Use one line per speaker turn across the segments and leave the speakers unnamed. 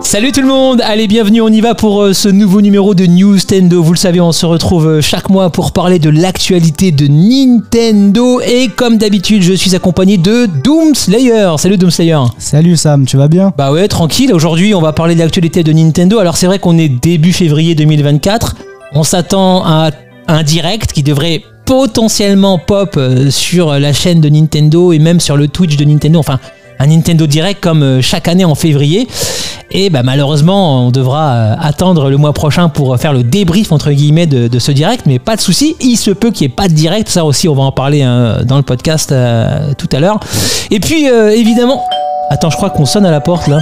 Salut tout le monde, allez bienvenue, on y va pour euh, ce nouveau numéro de News Tendo. Vous le savez, on se retrouve euh, chaque mois pour parler de l'actualité de Nintendo et comme d'habitude, je suis accompagné de Doomslayer. Salut Doomslayer.
Salut Sam, tu vas bien
Bah ouais, tranquille, aujourd'hui on va parler de l'actualité de Nintendo. Alors c'est vrai qu'on est début février 2024, on s'attend à un direct qui devrait potentiellement pop euh, sur la chaîne de Nintendo et même sur le Twitch de Nintendo, enfin un Nintendo Direct comme euh, chaque année en février. Et bah malheureusement, on devra euh, attendre le mois prochain pour euh, faire le débrief entre guillemets de, de ce direct, mais pas de souci, il se peut qu'il n'y ait pas de direct, ça aussi on va en parler hein, dans le podcast euh, tout à l'heure. Et puis euh, évidemment, attends, je crois qu'on sonne à la porte là.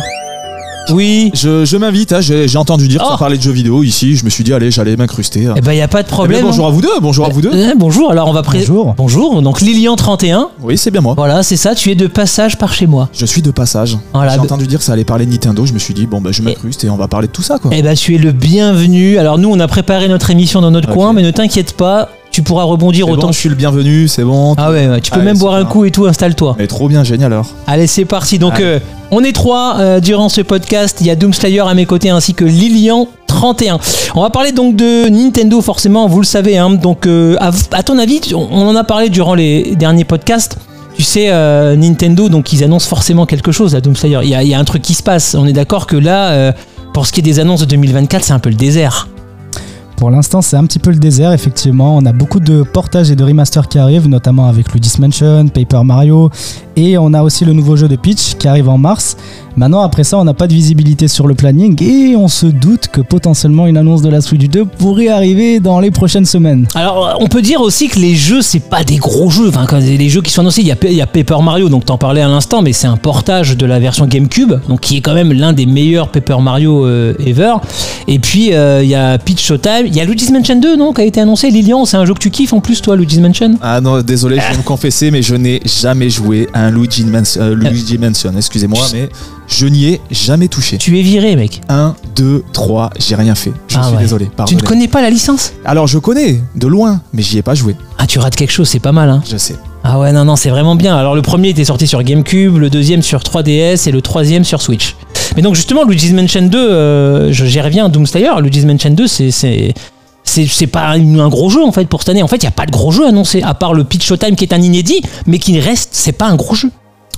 Oui.
Je, je m'invite, hein, j'ai j'ai entendu dire que
Oh.
ça parlait de jeux vidéo ici, je me suis dit allez j'allais m'incruster. hein.
Eh ben il y a pas de
Eh bien,
problème.
bonjour à vous deux, bonjour à vous deux.
Euh, bonjour, alors on va pré-
Bonjour.
Bonjour. Donc Lilian 31.
Oui c'est bien moi.
Voilà, c'est ça, tu es de passage par chez moi.
Je suis de passage.
Voilà,
J'ai
de-
entendu dire que ça allait parler de Nintendo, je me suis dit bon bah je m'incruste et on va parler de tout ça quoi.
Eh ben, tu es le bienvenu. Alors, nous, on a préparé notre émission dans notre
Ok.
coin, mais ne t'inquiète pas, tu pourras rebondir
C'est
autant
bon,
que
je suis le bienvenu, c'est bon.
Ah ouais, ouais, tu peux
Allez,
même
c'est
boire un
bien.
coup et tout, installe-toi.
Mais trop bien, génial alors.
Allez, c'est parti. Donc,
Allez.
euh, on est trois euh, durant ce podcast. Il y a Doomslayer à mes côtés ainsi que Lilian. 31. On va parler donc de Nintendo forcément, vous le savez. hein. Donc euh, à, à ton avis, tu- on on en a parlé durant les derniers podcasts. Tu sais, euh, Nintendo, donc ils annoncent forcément quelque chose à Doomslayer. Il y, a- il y a un truc qui se passe. On est d'accord que là, euh, pour ce qui est des annonces de 2024, c'est un peu le désert.
Pour l'instant, c'est un petit peu le désert, effectivement. On a beaucoup de portages et de remasters qui arrivent, notamment avec Luigi's Mansion, Paper Mario, et on a aussi le nouveau jeu de Peach qui arrive en mars. Maintenant, après ça, on n'a pas de visibilité sur le planning et on se doute que potentiellement une annonce de la Switch 2 pourrait arriver dans les prochaines semaines.
Alors, euh, on peut dire aussi que les jeux, c'est pas des gros jeux. Enfin, quand les jeux qui sont annoncés, il y, a, P- il y a Paper Mario, donc t'en parlais à l'instant, mais c'est un portage de la version GameCube, donc qui est quand même l'un des meilleurs Paper Mario euh, ever. Et puis, euh, il y a Peach Showtime, il y a Luigi's Mansion 2, non, qui a été annoncé. Lilian, c'est un jeu que tu kiffes en plus, toi, Luigi's Mansion
Ah non, désolé, je vais me confesser, mais je n'ai jamais joué à un Luigi Mansion, euh, Luigi Mansion, excusez-moi, mais je n'y ai jamais touché.
Tu es viré, mec.
1, 2, 3, j'ai rien fait. Je
Ah
suis
ouais.
désolé,
Tu ne
pardonnez.
connais pas la licence
Alors je connais, de loin, mais j'y ai pas joué,
Ah, tu rates quelque chose, c'est pas mal, hein.
je sais.
Ah ouais, non, non, c'est vraiment bien. Alors le premier était sorti sur GameCube, le deuxième sur 3DS et le troisième sur Switch. Mais donc justement, Luigi's Mansion 2, euh, je- j'y reviens à Doomslayer, Luigi's Mansion 2, c'est... c'est... C'est, c'est pas un un gros jeu en fait pour cette année. En fait, il n'y a pas de gros jeu annoncé, à part le Pitch Showtime qui est un inédit, mais qui reste, c'est pas un gros jeu.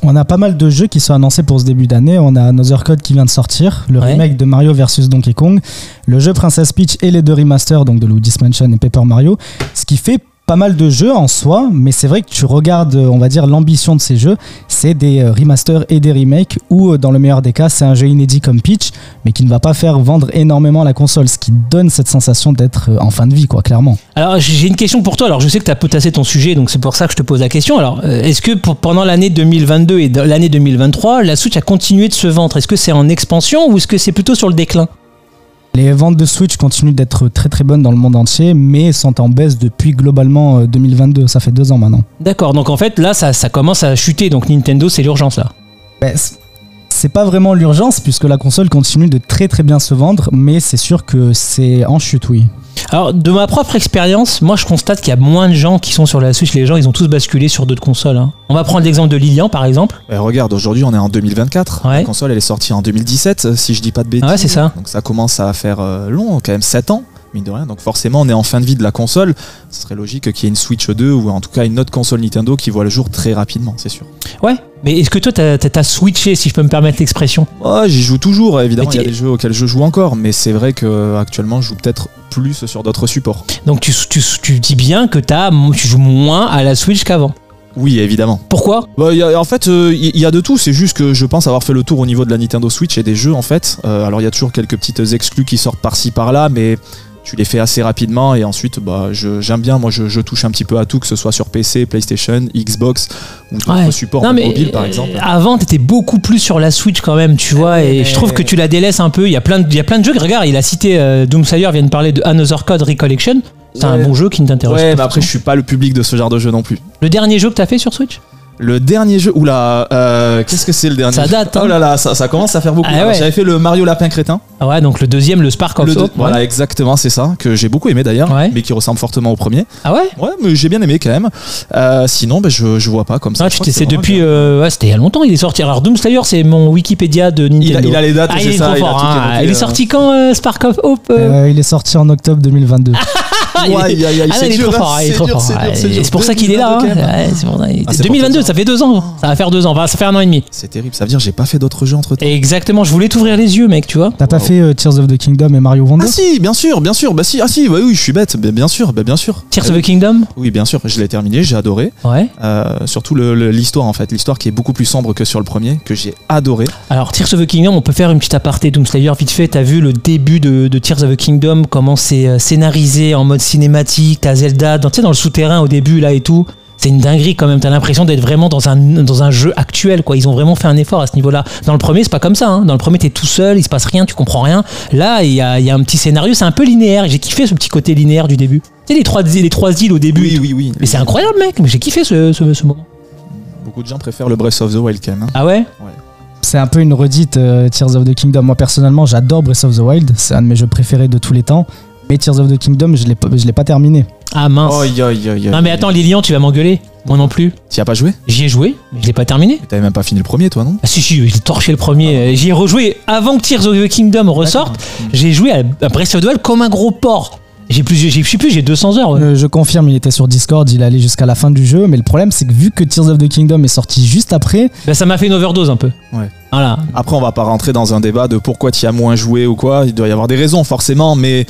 On a pas mal de jeux qui sont annoncés pour ce début d'année. On a Another Code qui vient de sortir, le
Ouais.
remake de Mario versus Donkey Kong, le jeu Princess Peach et les deux remasters donc de Luigi's Mansion et Paper Mario, ce qui fait pas mal de jeux en soi, mais c'est vrai que tu regardes, euh, on va dire, l'ambition de ces jeux, c'est des euh, remasters et des remakes, ou euh, dans le meilleur des cas, c'est un jeu inédit comme Peach, mais qui ne va pas faire vendre énormément la console, ce qui donne cette sensation d'être euh, en fin de vie, quoi, clairement.
Alors j'ai une question pour toi. Alors je sais que tu as potassé ton sujet, donc c'est pour ça que je te pose la question. Alors euh, est-ce que pour, pendant l'année 2022 et dans l'année 2023, la Switch a continué de se vendre Est-ce que c'est en expansion ou est-ce que c'est plutôt sur le déclin
Les ventes de Switch continuent d'être très très bonnes dans le monde entier, mais sont en baisse depuis globalement euh, 2022, ça fait deux ans maintenant.
D'accord, donc en fait là ça, ça commence à chuter, donc Nintendo c'est l'urgence là.
Ben, c- c'est pas vraiment l'urgence puisque la console continue de très très bien se vendre, mais c'est sûr que c'est en chute, oui.
Alors de ma propre expérience, moi je constate qu'il y a moins de gens qui sont sur la Switch, les gens ils ont tous basculé sur d'autres consoles. hein. On va prendre l'exemple de Lilian par exemple.
Eh, regarde, aujourd'hui on est en 2024.
Ouais.
La console elle est sortie en 2017, euh, si je dis pas de bêtises.
Ah ouais c'est ça.
Donc ça commence à faire euh, long, quand même 7 ans, mine de rien. Donc forcément on est en fin de vie de la console. Ce serait logique qu'il y ait une Switch 2 ou en tout cas une autre console Nintendo qui voit le jour très rapidement, c'est sûr.
Ouais, mais est-ce que toi t'as- t'as t'as switché si je peux me permettre l'expression
Moi j'y joue toujours, hein, évidemment,
Mais
il y a
t'es-
des jeux auxquels je joue encore, mais c'est vrai que euh, actuellement je joue peut-être plus sur d'autres supports.
Donc tu, tu, tu dis bien que t'as- tu joues moins à la Switch qu'avant.
Oui, évidemment.
Pourquoi
Bah, il y a- en fait, euh, il y a de tout. C'est juste que je pense avoir fait le tour au niveau de la Nintendo Switch et des jeux, en fait. Euh, alors, il y a toujours quelques petites exclus qui sortent par-ci par-là, mais tu les fais assez rapidement. Et ensuite, bah, je- j'aime bien. Moi, je, je touche un petit peu à tout, que ce soit sur PC, PlayStation, Xbox ou d'autres
Ouais.
supports
Non,
même
mais,
mobiles, par
euh,
exemple. Ah
Avant, t'étais beaucoup plus sur la Switch quand même, tu vois, et je trouve que tu la délaisses un peu. Il y a plein de, il y a plein de jeux. Regarde, il a cité euh, Doomsayer vient de parler de Another Code Recollection. C'est un
Ouais.
bon jeu qui ne t'intéresse
Ouais,
pas.
mais après, je suis pas le public de ce genre de jeu non plus.
Le dernier jeu que t'as fait sur Switch
Le dernier jeu, oula, euh, qu'est-ce que c'est le dernier
Ça
jeu
date, hein.
Oh là là, ça, ça commence à faire beaucoup.
Ah
Alors,
ouais.
J'avais fait le Mario Lapin Crétin.
Ah ouais, donc le deuxième, le Spark of
Le deux-
Hope.
Voilà,
ouais.
exactement, c'est ça, que j'ai beaucoup aimé d'ailleurs,
Ouais.
mais qui ressemble fortement au premier.
Ah ouais
Ouais, mais j'ai bien aimé quand même. Euh, sinon, ben, je, je vois pas comme ça.
Ah,
Je
tu
crois
t'es-
que
c'est
vraiment
depuis.
bien.
euh, ouais, c'était il y a longtemps, il est sorti. Alors, Doom Slayer, c'est mon Wikipédia de
Il
Nintendo.
a, il a les dates,
ah,
c'est
il est
ça.
trop
il a
fort.
tout
hein.
noté,
Il
euh.
est sorti quand, euh, Spark of Hope euh
Euh, il est sorti en octobre 2022.
Ah, il est-
Aïe, aïe, aïe,
Ah, non,
c'est
il est
dur,
trop
hein,
fort, il est
c'est
trop
dur,
fort.
c'est dur,
Ouais,
c'est dur.
C'est pour ça qu'il est là.
2022 quand
hein. Ouais, c'est pour ça.
Ah, pour ça.
2022, ça fait deux ans. Ça va faire deux ans. Ça va faire un an et demi.
C'est terrible, ça veut dire que j'ai pas fait d'autres jeux entre temps.
Exactement. Je voulais t'ouvrir les yeux, mec. Tu vois.
T'as pas
Wow.
fait euh, Tears of the Kingdom et Mario Wonder
Ah si, bien sûr, bien sûr, bah si, ah si, bah oui, je suis bête, bah, bien sûr, bah bien sûr.
Tears
Euh,
of the Kingdom.
Oui, bien sûr, je l'ai terminé, j'ai adoré.
Ouais.
Euh, surtout le- le- l'histoire en fait, l'histoire qui est beaucoup plus sombre que sur le premier, que j'ai adoré.
Alors, Tears of the Kingdom, on peut faire une petite aparté Doom Slayer vite fait. T'as vu le début de, de Tears of the Kingdom, comment c'est euh, scénarisé en mode cinématique. T'as Zelda dans, tu sais, dans le souterrain au début, là et tout. C'est une dinguerie quand même. T'as l'impression d'être vraiment dans un, dans un jeu actuel, quoi. Ils ont vraiment fait un effort à ce niveau-là. Dans le premier, c'est pas comme ça. hein. Dans le premier, t'es tout seul, il se passe rien, tu comprends rien. Là, il y a, il y a un petit scénario, c'est un peu linéaire. et J'ai kiffé ce petit côté linéaire du début. Tu sais, les trois, les trois îles au début. et tout.
oui, oui.
Mais c'est incroyable, mec. Mais j'ai kiffé ce, ce, ce moment.
Beaucoup de gens préfèrent le Breath of the Wild quand même. hein.
Ah ouais
C'est un peu une redite euh, Tears of the Kingdom. Moi personnellement, j'adore Breath of the Wild, c'est un de mes jeux préférés de tous les temps. Mais Tears of the Kingdom, je l'ai pas- je l'ai pas terminé.
Ah mince.
Aïe, aïe, aïe, aïe.
non, mais attends, Lilian, tu vas m'engueuler. Moi non plus.
T'y as pas joué
J'y ai joué, mais je l'ai pas terminé.
T'avais même pas fini le premier, toi, non
Ah si, si, j'ai torché le premier. Euh, J'y ai rejoué avant que Tears of the Kingdom ressorte. Mmh. J'ai joué à à Breath of the Wild comme un gros porc. J'ai plus, j'ai- je sais plus, j'ai 200 heures. ouais.
Euh, je confirme, il était sur Discord, il allait jusqu'à la fin du jeu, mais le problème c'est que vu que Tears of the Kingdom est sorti juste après,
Bah, ça m'a fait une overdose un peu.
Ouais.
Voilà.
Après, on va pas rentrer dans un débat de pourquoi t'y as moins joué ou quoi. Il doit y avoir des raisons, forcément. Mais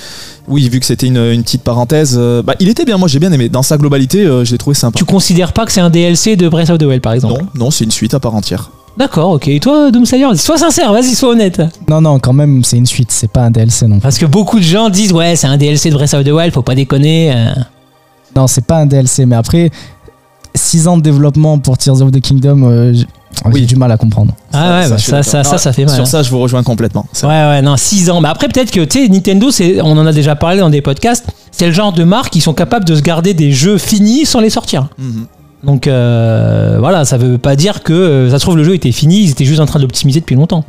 oui, vu que c'était une, une petite parenthèse, euh, bah, il était bien. Moi, j'ai bien aimé. Dans sa globalité, euh, je l'ai trouvé sympa.
Tu considères pas que c'est un DLC de Breath of the Wild par exemple
Non, non, c'est une suite à part entière.
D'accord, ok. Et toi, Doom Slayer, sois sincère, vas-y, sois honnête.
non, non, quand même, c'est une suite, c'est pas un DLC non.
Parce que beaucoup de gens disent, ouais, c'est un DLC de Breath of the Wild, faut pas déconner. euh.
Non, c'est pas un DLC, mais après, 6 ans de développement pour Tears of the Kingdom, euh, j'ai
Oui.
j'ai du mal à comprendre.
Ah ouais, bah,
je suis
ça,
d'accord.
ça,
Non,
ça, ça fait mal. hein.
Sur ça, je vous rejoins complètement. Ça-
Ouais, ouais, non, 6 ans. Mais après, peut-être que, tu sais, Nintendo, c'est- on en a déjà parlé dans des podcasts, c'est le genre de marque qui sont capables de se garder des jeux finis sans les sortir.
Mhm.
Donc, euh, voilà, ça veut pas dire que, euh, ça se trouve, le jeu était fini, ils étaient juste en train de l'optimiser depuis longtemps.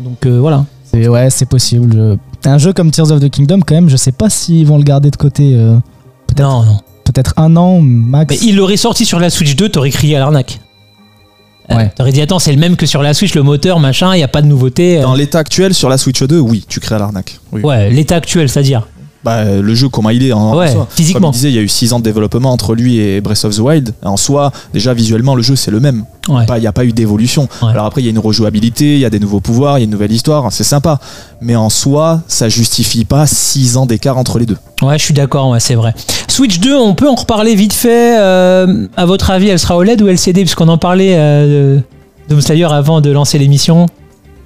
Donc, euh, voilà.
C'est- Ouais, c'est possible. je- Un jeu comme Tears of the Kingdom, quand même, je sais pas s'ils vont le garder de côté. euh,
Non, non.
Peut-être un an max.
Mais il l'aurait sorti sur la Switch 2, t'aurais crié à l'arnaque. Euh,
Ouais.
T'aurais dit, attends, c'est le même que sur la Switch, le moteur, machin, y a pas de nouveauté. euh.
Dans l'état actuel, sur la Switch 2, oui, tu crées à l'arnaque. Oui.
Ouais, l'état actuel, c'est-à-dire.
Bah, euh, le jeu, comment il est en, en
Ouais,
soi.
physiquement.
Comme je disais, il y a eu 6 ans de développement entre lui et Breath of the Wild. En soi, déjà visuellement, le jeu c'est le même.
Ouais.
Pas- Il n'y a pas eu d'évolution.
Ouais.
Alors après, il y a une rejouabilité, il y a des nouveaux pouvoirs, il y a une nouvelle histoire, hein, c'est sympa. Mais en soi, ça justifie pas 6 ans d'écart entre les deux.
Ouais, je suis d'accord, ouais, c'est vrai. Switch 2, on peut en reparler vite fait. euh, à votre avis, elle sera OLED ou LCD Puisqu'on en parlait euh, de Slayer avant de lancer l'émission.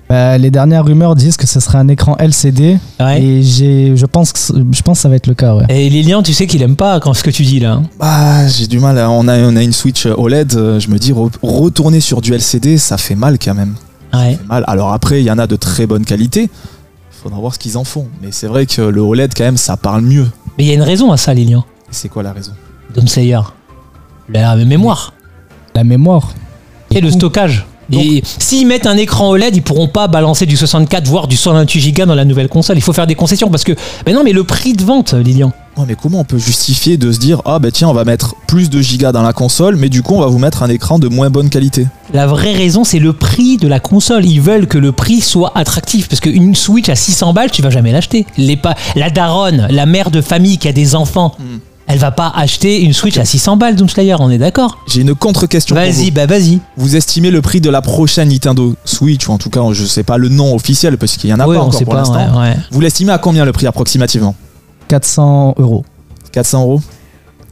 Bah, les dernières rumeurs disent que ce sera un écran LCD.
Ouais. Et...
Et j'ai, je, pense que, c- je pense que ça va être le cas, ouais.
Lilian, tu sais qu'il aime pas quand ce que tu dis là. hein.
Bah, j'ai du mal. à- On a, on a une Switch OLED. euh, Je me dis, re- retourner sur du LCD, ça fait mal quand même.
Ouais.
fait mal. Alors après, il y en a de très bonne qualité. Faudra voir ce qu'ils en font. Mais c'est vrai que le OLED, quand même, ça parle mieux.
Mais il y a une raison à ça, Lilian.
Et C'est quoi la raison
Doom Slayer. La mémoire.
La mémoire.
Et le stockage.
Donc-
Et s'ils mettent un écran OLED, ils pourront pas balancer du 64 voire du 128 Go dans la nouvelle console. Il faut faire des concessions parce que. Mais non, mais le prix de vente, Lilian.
Ouais, mais comment on peut justifier de se dire ah bah tiens on va mettre plus de gigas dans la console mais du coup on va vous mettre un écran de moins bonne qualité
La vraie raison, c'est le prix de la console. Ils veulent que le prix soit attractif parce qu'une Switch à 600 balles, tu vas jamais l'acheter. Les pa- la daronne, la mère de famille qui a des enfants,
Hmm.
elle va pas acheter une Switch à 600 balles, Doom Slayer, on est d'accord
J'ai une contre-question pour
Vas-y,
vous.
bah vas-y.
Vous estimez le prix de la prochaine Nintendo Switch ou en tout cas je sais pas le nom officiel parce qu'il y en a
Ouais,
pas
on
encore
sait
pour
pas.
l'instant.
ouais, ouais.
Vous l'estimez à combien le prix approximativement
400 euros.
400 euros.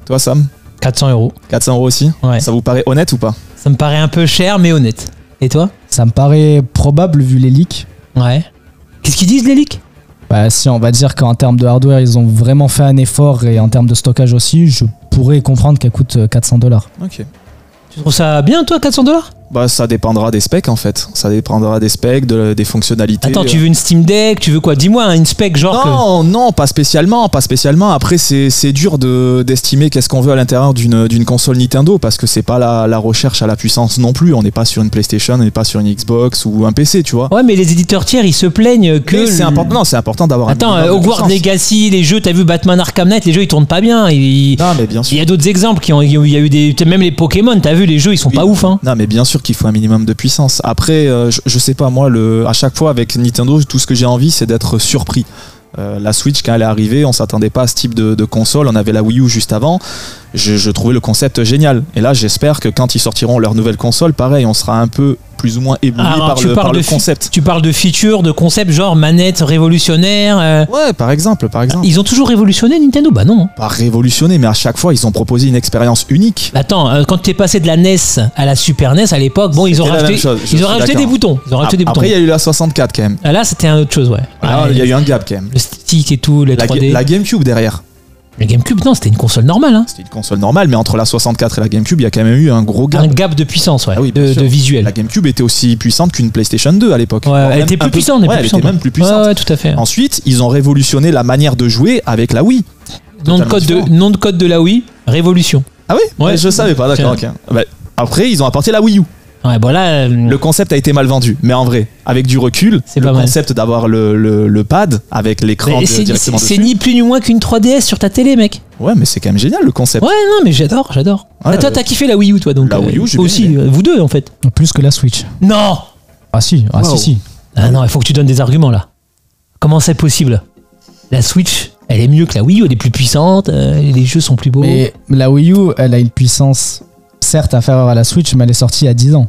Toi Sam
400 euros.
400 euros aussi.
Ouais.
Ça vous paraît honnête ou pas
Ça me paraît un peu cher, mais honnête. Et toi
Ça me paraît probable vu les leaks.
Ouais. Qu'est-ce qu'ils disent, les leaks
Bah, si on va dire qu'en termes de hardware, ils ont vraiment fait un effort et en termes de stockage aussi, je pourrais comprendre qu'elle coûte euh, 400 dollars.
Ok.
Tu trouves ça bien, toi, 400 dollars
Bah, ça dépendra des specs en fait. Ça dépendra des specs, de- des fonctionnalités.
Attends, tu veux une Steam Deck Tu veux quoi Dis-moi hein, une spec genre.
euh, Non, non, pas spécialement, pas spécialement. Après, c'est c'est dur de- d'estimer qu'est-ce qu'on veut à l'intérieur d'une d'une console Nintendo parce que c'est pas la, la recherche à la puissance non plus. On n'est pas sur une PlayStation, on n'est pas sur une Xbox ou un PC, tu vois.
Que... Ouais, mais les éditeurs tiers, ils se plaignent que.
Mais c'est
le-
important, non, c'est important d'avoir. un
Attends,
minimum
euh,
de
Hogwarts
puissance.
Legacy, les jeux, t'as vu Batman Arkham Knight, les jeux ils tournent pas bien. Ils-
Non, mais bien
Il
sûr.
y a d'autres exemples qui ont, il y a eu des, même les Pokémon, t'as vu les jeux ils sont
Oui.
pas ouf hein.
Non, mais bien sûr qu'il faut un minimum de puissance. Après, euh, je, je sais pas, moi, le, à chaque fois avec Nintendo, tout ce que j'ai envie, c'est d'être surpris. Euh, la Switch, quand elle est arrivée, on s'attendait pas à ce type de, de console. On avait la Wii U juste avant. Je, je trouvais le concept génial. Et là, j'espère que quand ils sortiront leur nouvelle console, pareil, on sera un peu plus ou moins ébloui
Alors,
par,
Ah, tu
le,
parles
par le
de fi-
concept.
Tu parles de features, de concepts genre manette révolutionnaire. euh,
Ouais, par exemple, par exemple.
Ils ont toujours révolutionné Nintendo Bah non.
Pas révolutionné, mais à chaque fois, ils ont proposé une expérience unique.
Attends, euh, quand t'es passé de la NES à la Super NES à l'époque, bon ils ont
C'était la
rajouté,
même chose, je
ils
suis
ont rajouté des
d'accord.
boutons. Ils ont rajouté des
Après, il y
boutons.
a eu la 64 quand même.
Ah, Là c'était une autre chose ouais.
Là,
Ouais,
Ah, il y a eu un gap quand même.
Le stick et tout, le
La,
3D.
la GameCube derrière.
La GameCube non c'était une console normale hein.
C'était une console normale, mais entre la 64 et la GameCube, il y a quand même eu un gros gap.
Un gap de puissance ouais,
Ah oui, bien
de,
sûr.
de visuel.
La GameCube était aussi puissante qu'une PlayStation 2 à l'époque.
Ouais,
Voire
elle
même
était
un
plus
peu-
puissante, mais
ouais, elle
puissante.
était même plus
Ouais,
puissante.
ouais, tout à fait.
Ensuite, ils ont révolutionné la manière de jouer avec la Wii.
Nom de,
totalement
code de,
différent.
nom de code de la Wii, Révolution.
Ah oui
Ouais.
Je savais pas, d'accord.
Tiens.
ok. Bah, après, ils ont apporté la Wii U.
Ouais, bon là, euh,
Le concept a été mal vendu, mais en vrai, avec du recul,
C'est
le
pas mal.
concept d'avoir le, le- le pad avec l'écran
mais
de-
c'est
directement
c'est- c'est
dessus.
ni plus ni moins qu'une 3DS sur ta télé, mec.
Ouais, mais c'est quand même génial le concept.
Ouais, non, mais j'adore, j'adore.
Ouais,
Ah, toi,
euh,
t'as kiffé la Wii U, toi, donc.
la Wii U,
toi
j'ai bien
aussi,
aimé.
euh, vous deux, en fait.
Plus que la Switch.
Non
Ah si, ah
Wow.
si, si.
Ah non, il faut que tu donnes des arguments, là. Comment c'est possible La Switch, elle est mieux que la Wii U, elle est plus puissante, euh, les jeux sont plus beaux.
Mais la Wii U, elle a une puissance certes inférieure à la Switch, mais elle est sortie à 10 ans.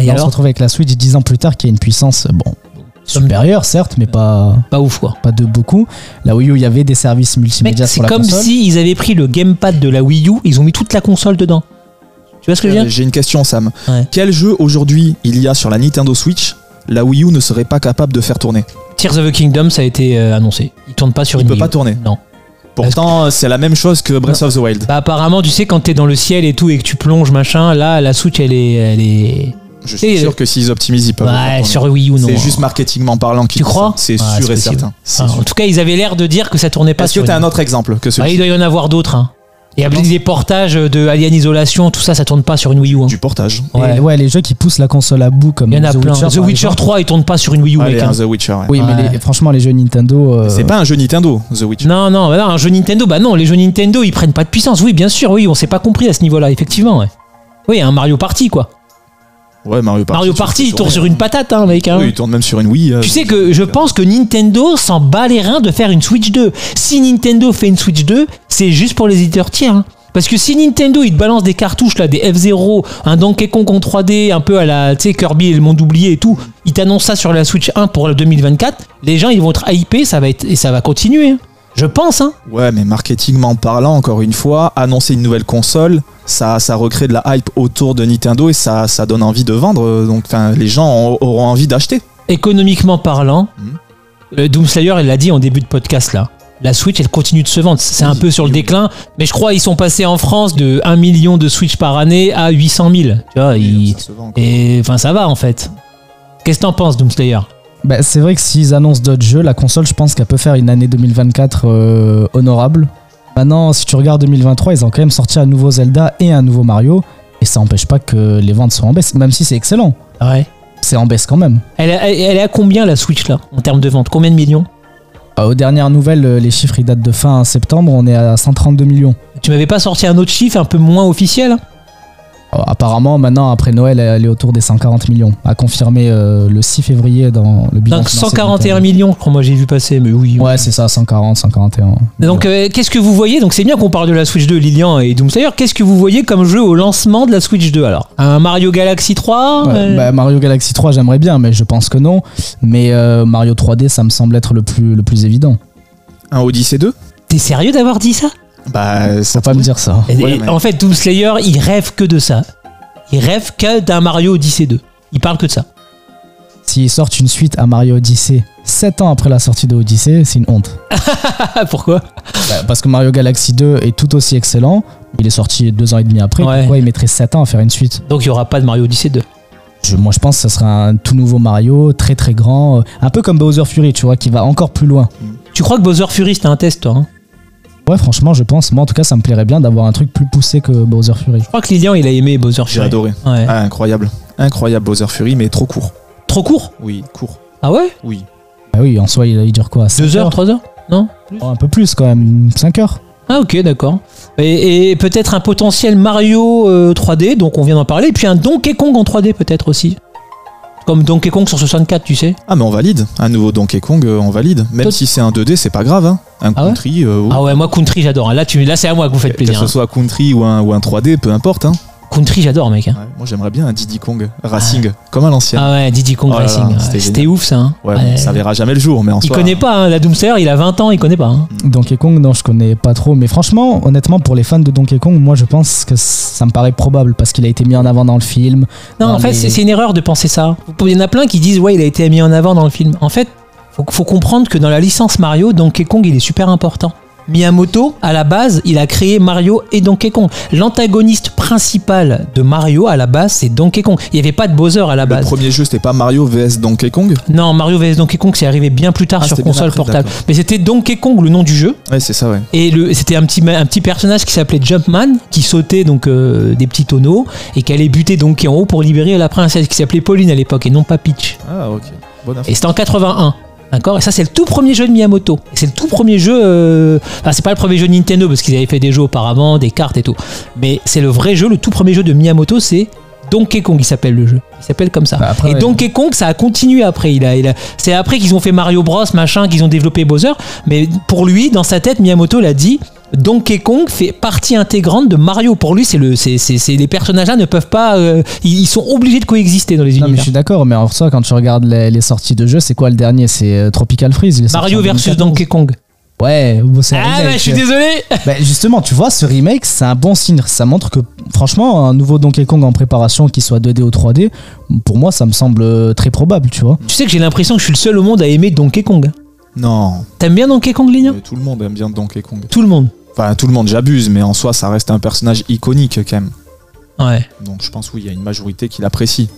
Et
Et on se
alors
retrouve avec la Switch 10 ans plus tard qui a une puissance, euh, bon, supérieure certes, mais pas,
Pas ouf, quoi.
pas de beaucoup. La Wii U, il y avait des services
Mec,
multimédia
c'est
sur la
comme
console.
si ils avaient pris le gamepad de la Wii U, ils ont mis toute la console dedans. Tu vois ce que je veux dire
J'ai une question, Sam.
Ouais.
Quel jeu aujourd'hui il y a sur la Nintendo Switch la Wii U ne serait pas capable de faire tourner
Tears of the Kingdom, ça a été euh, annoncé. Il tourne pas sur
Il
une
peut
Wii
pas
U.
tourner.
Non.
Pourtant, c'est la même chose que Breath of the Wild.
Bah apparemment, tu sais, quand t'es dans le ciel et tout et que tu plonges, machin, là, la Switch, elle est... Elle est...
Je
Et-
suis sûr que s'ils optimisent, ils peuvent. le faire
Ouais,
tourner.
sur Wii U, non. hein.
C'est juste marketingment parlant qui
Tu
dit
crois
ça. C'est
Ouais, c'est
sûr et
possible.
certain. C'est
Ah,
sûr.
en tout cas, ils avaient l'air de dire que ça tournait pas
Est-ce que
sur
t'as
une-
un autre exemple que
Bah,
celui
il doit y en avoir d'autres. Hein. Il y a des portages de Alien Isolation, tout ça, ça tourne pas sur une Wii U. hein.
du portage
Et
Ouais.
ouais. les jeux qui poussent la console à bout comme
Il y en a
The
plein.
Witcher,
The
par
Witcher
exemple.
3, il tourne pas sur une Wii U,
Allez,
mec,
un
hein.
The Witcher. ouais.
Oui, mais
Ouais.
les- franchement, les jeux Nintendo. euh,
C'est pas un jeu Nintendo, The Witcher.
Non, non, bah non, un jeu Nintendo, bah non, les jeux Nintendo, ils prennent pas de puissance. Oui, bien sûr, oui, on s'est pas compris à ce niveau-là, effectivement. ouais. Oui, un Mario Party, quoi.
Ouais, Mario Party.
Mario
tu le fais
Party, il tourne
tourner.
sur une patate, hein, mec. Hein.
Oui, il tourne même sur une Wii. euh,
Tu sais que je pense que Nintendo s'en bat les reins de faire une Switch 2. Si Nintendo fait une Switch 2, c'est juste pour les éditeurs tiers. hein. Parce que si Nintendo il te balance des cartouches là, des F0, un Donkey Kong en 3D, un peu à la tu sais, Kirby et le monde oublié et tout, il t'annonce ça sur la Switch 1 pour le 2024, les gens ils vont être hypés, ça va être et ça va continuer. hein. Je pense hein.
Ouais, mais marketingment parlant, encore une fois, annoncer une nouvelle console, ça, ça recrée de la hype autour de Nintendo et ça, ça donne envie de vendre. euh, Donc, enfin, les gens ont- auront envie d'acheter.
économiquement parlant,
Mhm.
euh, Doomslayer, il l'a dit en début de podcast là. La Switch, elle continue de se vendre. C'est un
Oui,
peu sur le
oui.
déclin, mais je crois ils sont passés en France de 1 million de Switch par année à 800 000. Tu vois, ils-
Ça se vend, quoi.
et enfin ça va en fait. Qu'est-ce que t'en penses, Doomslayer
Bah, c'est vrai que s'ils annoncent d'autres jeux, la console, je pense qu'elle peut faire une année 2024 euh, honorable. Maintenant, si tu regardes 2023, ils ont quand même sorti un nouveau Zelda et un nouveau Mario. Et ça n'empêche pas que les ventes soient en baisse, même si c'est excellent.
Ouais.
C'est en baisse quand même.
Elle, est à- elle est à combien la Switch là en termes de vente Combien de millions
Euh, aux dernières nouvelles, euh, les chiffres ils datent de fin septembre, on est à 132 millions.
Tu m'avais pas sorti un autre chiffre un peu moins officiel
Euh, apparemment, maintenant, après Noël, elle est autour des 140 millions, a confirmé euh, le 6 février dans le bilan.
Donc
financier de
141
Nintendo.
millions, je crois moi j'ai vu passer, mais oui.
Ouais, c'est ça, 140, 141.
Donc euh, qu'est-ce que vous voyez Donc c'est bien qu'on parle de la Switch 2, Lilian et Doomslayer. Qu'est-ce que vous voyez comme jeu au lancement de la Switch 2 alors Un Mario Galaxy 3
Ouais,
euh,
bah, Mario Galaxy 3 j'aimerais bien mais je pense que non mais euh, Mario 3D ça me semble être le plus, le plus évident
Un Odyssey 2
T'es sérieux d'avoir dit ça
Bah, ça
faut pas me dire ça
Et-
Ouais,
et
mais-
En fait, Doomslayer, il rêve que de ça. Il rêve que d'un Mario Odyssey 2. Il parle que de ça.
s'ils sortent une suite à Mario Odyssey 7 ans après la sortie de Odyssey c'est une honte
Ah, pourquoi
Bah, parce que Mario Galaxy 2 est tout aussi excellent il est sorti deux ans et demi après
Ouais.
pourquoi ils mettraient 7 ans à faire une suite
Donc il y aura pas de Mario Odyssey 2.
Je- moi, je pense que ce sera un tout nouveau Mario, très très grand, euh, un peu comme Bowser Fury, tu vois, qui va encore plus loin.
Tu crois que Bowser Fury c'était un test, toi hein
Ouais, franchement, je pense. Moi, en tout cas, ça me plairait bien d'avoir un truc plus poussé que Bowser Fury.
Je crois que Lilian il a aimé Bowser
J'ai
Fury.
adoré.
Ouais.
Ah, incroyable. Incroyable Bowser Fury, mais trop court.
Trop court
Oui, court.
Ah ouais
Oui.
Bah oui, en soi, il, il dure quoi
2
cinq
heures, 3 heures Non
Oh, Un peu plus quand même, 5 heures.
Ah ok, d'accord. Et, et peut-être un potentiel Mario euh, 3D, donc on vient d'en parler, et puis un Donkey Kong en 3D peut-être aussi. Comme Donkey Kong sur 64, tu sais.
Ah, mais on valide. Un nouveau Donkey Kong, euh, on valide. Même
Toi-
si c'est un 2D, c'est pas grave. hein. Un
Ah ouais
country, euh, oui.
Ah ouais, moi Country j'adore. hein. Là, tu, là c'est à moi que vous faites
que
plaisir.
ce soit country ou un, ou un 3D, peu importe. hein.
hein. Country j'adore, mec. hein.
Ouais, moi, j'aimerais bien un Diddy Kong Racing, comme à l'ancienne.
Ah ouais, Diddy Kong
Oh là là,
Racing. ouais.
c'était
C'était
génial.
ouf ça. hein.
Ouais,
Ouais.
bon, ça verra jamais le jour, mais en
Il
soi.
connaît pas, hein, la Doomster, il a 20 ans, il connaît pas. hein.
Donkey Kong, non, je connais pas trop, mais franchement, honnêtement, pour les fans de Donkey Kong, moi, je pense que ça me paraît probable parce qu'il a été mis en avant dans le film.
Non,
dans
en fait,
les-
c'est- c'est une erreur de penser ça. Il y en a plein qui disent, ouais, il a été mis en avant dans le film. En fait, faut, faut comprendre que dans la licence Mario, Donkey Kong, il est super important. Miyamoto, à la base, il a créé Mario et Donkey Kong. L'antagoniste principal de Mario, à la base, c'est Donkey Kong. Il n'y avait pas de Bowser à la
Le
base.
premier jeu, c'était pas Mario vs Donkey Kong
Non, Mario vs Donkey Kong, c'est arrivé bien plus tard
Ah,
sur
c'était bien
console
après,
portable.
d'accord.
Mais c'était Donkey Kong, le nom du jeu.
Ouais, c'est ça, ouais.
Et le- c'était un petit, ma- un petit personnage qui s'appelait Jumpman, qui sautait donc euh, des petits tonneaux et qui allait buter Donkey en haut pour libérer la princesse qui s'appelait Pauline à l'époque et non pas Peach.
Ah, ok. Bonne affaire.
Et c'était en 81. D'accord Et ça, c'est le tout premier jeu de Miyamoto. Et C'est le tout premier jeu. euh, Enfin, c'est pas le premier jeu de Nintendo, parce qu'ils avaient fait des jeux auparavant, des cartes et tout. Mais c'est le vrai jeu, le tout premier jeu de Miyamoto, c'est Donkey Kong, il s'appelle le jeu. Il s'appelle comme ça.
Bah, après,
et
ouais.
Donkey Kong, ça a continué après. Il a, il a- c'est après qu'ils ont fait Mario Bros, machin, qu'ils ont développé Bowser. Mais pour lui, dans sa tête, Miyamoto l'a dit. Donkey Kong fait partie intégrante de Mario. Pour lui, c'est le, c'est, c'est- c'est- les personnages-là ne peuvent pas, euh, ils, ils sont obligés de coexister dans les
Non, mais je
univers.
suis d'accord, mais en soi, quand tu regardes les, les sorties de jeux, c'est quoi le dernier C'est euh, Tropical Freeze. il est sorti
Mario
en
versus
2014.
Donkey Kong.
Ouais, bon, c'est un
Ah bah
remake.
je suis désolé
Bah, justement, tu vois, ce remake, c'est un bon signe. Ça montre que, franchement, un nouveau Donkey Kong en préparation, qu'il soit 2D ou 3D, pour moi, ça me semble euh, très probable, tu vois.
Tu sais que j'ai l'impression que je suis le seul au monde à aimer Donkey Kong. hein.
Non,
T'aimes bien Donkey Kong Lignan
mais tout le monde aime bien Donkey Kong.
Tout le monde.
Enfin, tout le monde, j'abuse, mais en soi, ça reste un personnage iconique quand même.
Ouais.
Donc, je pense, oui, il y a une majorité qui l'apprécie.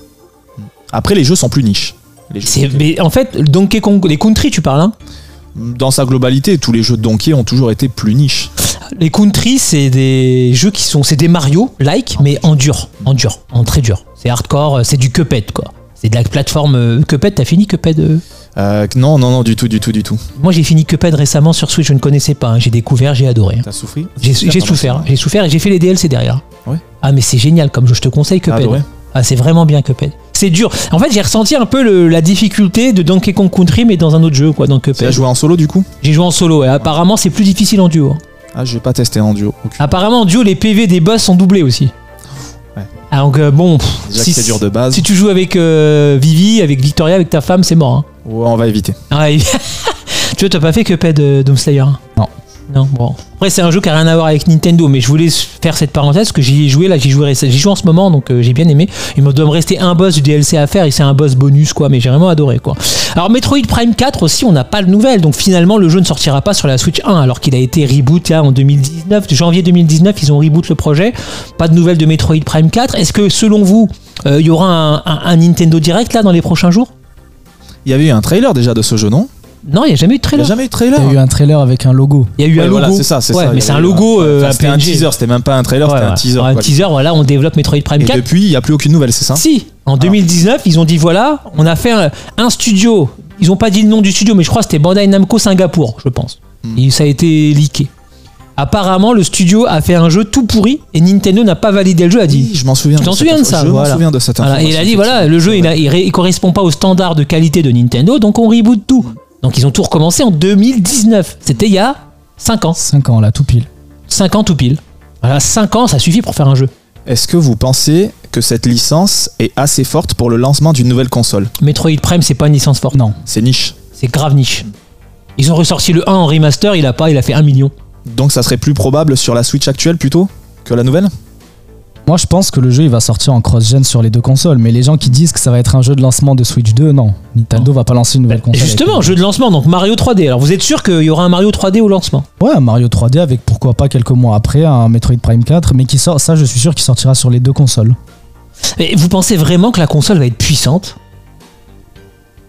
Hmm. Après, les jeux sont plus niches. Les jeux
C'est-
Donkey-
Mais en fait, Donkey Kong, les country tu parles, hein
Dans sa globalité, tous les jeux de Donkey ont toujours été plus niches.
Les country c'est des jeux qui sont... C'est des Mario, like, mais en dur. En dur. En très dur. C'est hardcore, euh, c'est du Cuphead, quoi. C'est de la plateforme euh, Cuphead, t'as fini Cuphead euh
Euh, non, non, non, du tout, du tout, du tout.
Moi j'ai fini Cuphead récemment sur Switch, je ne connaissais pas, hein. j'ai découvert, j'ai adoré.
T'as souffri
J'ai j'ai souffert, hein. j'ai souffert et j'ai fait les DLC derrière.
Ouais.
Ah mais c'est génial comme jeu, je te conseille
T'as
Cuphead.
adoré
Ah, c'est vraiment bien Cuphead. C'est dur. En fait, j'ai ressenti un peu le- la difficulté de Donkey Kong Country, mais dans un autre jeu, quoi, dans
Tu as
Cuphead.
joué en solo, du coup
J'ai joué en solo, et apparemment, c'est plus difficile en duo.
Ah, j'ai pas testé en duo. Aucune-
Apparemment, en duo, les PV des boss sont doublés aussi.
Ouais.
Ah, donc, euh, bon, pff,
Déjà que
si,
c'est dur de base.
si tu joues avec euh, Vivi, avec Victoria, avec ta femme, c'est mort.
Ouais, on va éviter.
hein. Ouais. tu vois, t'as pas fait Cuphead euh, Doomslayer hein
Non.
Non, bon. Après, c'est un jeu qui a rien à voir avec Nintendo, mais je voulais faire cette parenthèse parce que j'y ai joué là, j'y jouerai- j'y joue en ce moment, donc euh, j'ai bien aimé. Il me doit me rester un boss du DLC à faire et c'est un boss bonus quoi, mais j'ai vraiment adoré quoi. Alors Metroid Prime 4 aussi, on n'a pas de nouvelles, donc finalement le jeu ne sortira pas sur la Switch 1 alors qu'il a été reboot là, en 2019, de janvier 2019, ils ont reboot le projet. Pas de nouvelles de Metroid Prime 4. Est-ce que selon vous, euh, il y aura un, un- un Nintendo Direct là dans les prochains jours
Il y avait eu un trailer déjà de ce jeu, non
Non, il n'y a jamais eu de
Il y a
trailer.
jamais eu de
Il
trailer
y a eu un trailer avec un logo.
Il y a eu un
Ouais,
logo.
voilà, c'est ça, c'est
Ouais,
ça. Il
mais
y
c'est un
avait
logo. euh,
Enfin, c'était un
PNG.
teaser, c'était même pas un trailer,
Ouais,
c'était un
ouais.
teaser.
Un
quoi.
teaser, voilà, on développe Metroid Prime
Et
4.
depuis, hein. il n'y a plus aucune nouvelle, c'est ça
Si, en 2019, ils ont dit voilà, on a fait un, un studio. Ils ont pas dit le nom du studio, mais je crois que c'était Bandai Namco Singapour, je pense.
Hmm.
Et ça a été leaké. Apparemment, le studio a fait un jeu tout pourri et Nintendo n'a pas validé le jeu, a dit.
Oui, je m'en souviens.
Tu t'en
cette
souviens de
info.
ça,
Je
voilà.
m'en souviens de cette
Voilà, et il a dit voilà, le jeu il, a- il ré- il correspond pas aux standards de qualité de Nintendo, donc on reboot tout.
Hmm.
Donc ils ont tout recommencé en 2019. C'était il y a 5 ans.
5 ans, là, tout pile.
5 ans tout pile. Voilà, 5 ans, ça suffit pour faire un jeu.
Est-ce que vous pensez que cette licence est assez forte pour le lancement d'une nouvelle console
Metroid Prime, c'est pas une licence forte.
Non.
C'est niche.
C'est grave niche. Ils ont ressorti le 1 en remaster, il a pas, il a fait 1 million.
Donc ça serait plus probable sur la Switch actuelle plutôt que la nouvelle
Moi, je pense que le jeu il va sortir en cross-gen sur les deux consoles, mais les gens qui disent que ça va être un jeu de lancement de Switch 2, non. Nintendo va pas lancer une nouvelle console.
Bah, Justement,
avec-
jeu de lancement, donc Mario 3D. Alors vous êtes sûr qu'il y aura un Mario 3D au lancement
Ouais, un Mario 3D avec pourquoi pas quelques mois après un Metroid Prime 4, mais qui sort, ça, je suis sûr qu'il sortira sur les deux consoles.
Mais vous pensez vraiment que la console va être puissante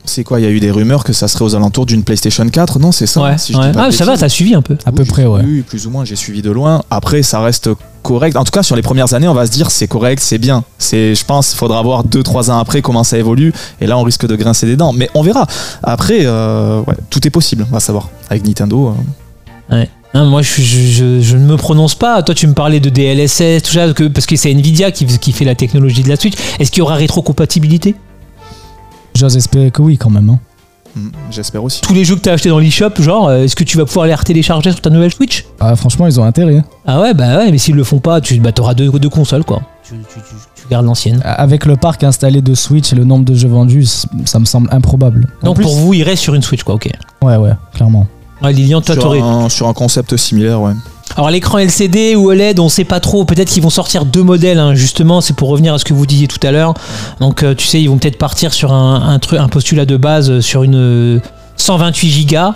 C'est quoi Il y a eu des rumeurs que ça serait aux alentours d'une PlayStation 4, non C'est ça hein, si je dis
ouais.
pas de
Ah, ça va,
bêtises.
t'as suivi un peu.
à peu
Oui,
près, ouais.
Oui, plus ou moins, j'ai suivi de loin. Après, ça reste correct. En tout cas, sur les premières années, on va se dire c'est correct, c'est bien. C'est, je pense, faudra voir 2-3 ans après comment ça évolue. Et là, on risque de grincer des dents. Mais on verra. Après, euh, ouais, tout est possible, on va savoir. Avec Nintendo, euh,
Hein, moi, je, je- je- je ne me prononce pas. Toi, tu me parlais de DLSS, tout ça, que- parce que c'est Nvidia qui, qui fait la technologie de la Switch. Est-ce qu'il y aura rétrocompatibilité
J'ose espérer que oui, quand même. hein.
hmm, j'espère aussi.
Tous les jeux que t'as achetés dans l'eShop, genre, euh, est-ce que tu vas pouvoir les retélécharger sur ta nouvelle Switch
Ah, franchement, ils ont intérêt.
Ah ouais, bah ouais, mais s'ils le font pas, tu bah, auras deux, deux consoles, quoi. Tu, tu- tu- tu gardes l'ancienne.
Avec le parc installé de Switch et le nombre de jeux vendus, c- ça me semble improbable. En
Donc
plus-
pour vous, il reste sur une Switch, quoi, ok.
Ouais, ouais, clairement.
Ouais, Lilian, toi,
Sur
t'aurais.
un, sur un concept similaire, ouais.
Alors l'écran LCD ou OLED, on sait pas trop. Peut-être qu'ils vont sortir deux modèles, hein, justement. C'est pour revenir à ce que vous disiez tout à l'heure. Donc euh, tu sais, ils vont peut-être partir sur un, un truc, un postulat de base euh, sur une euh, 128 gigas.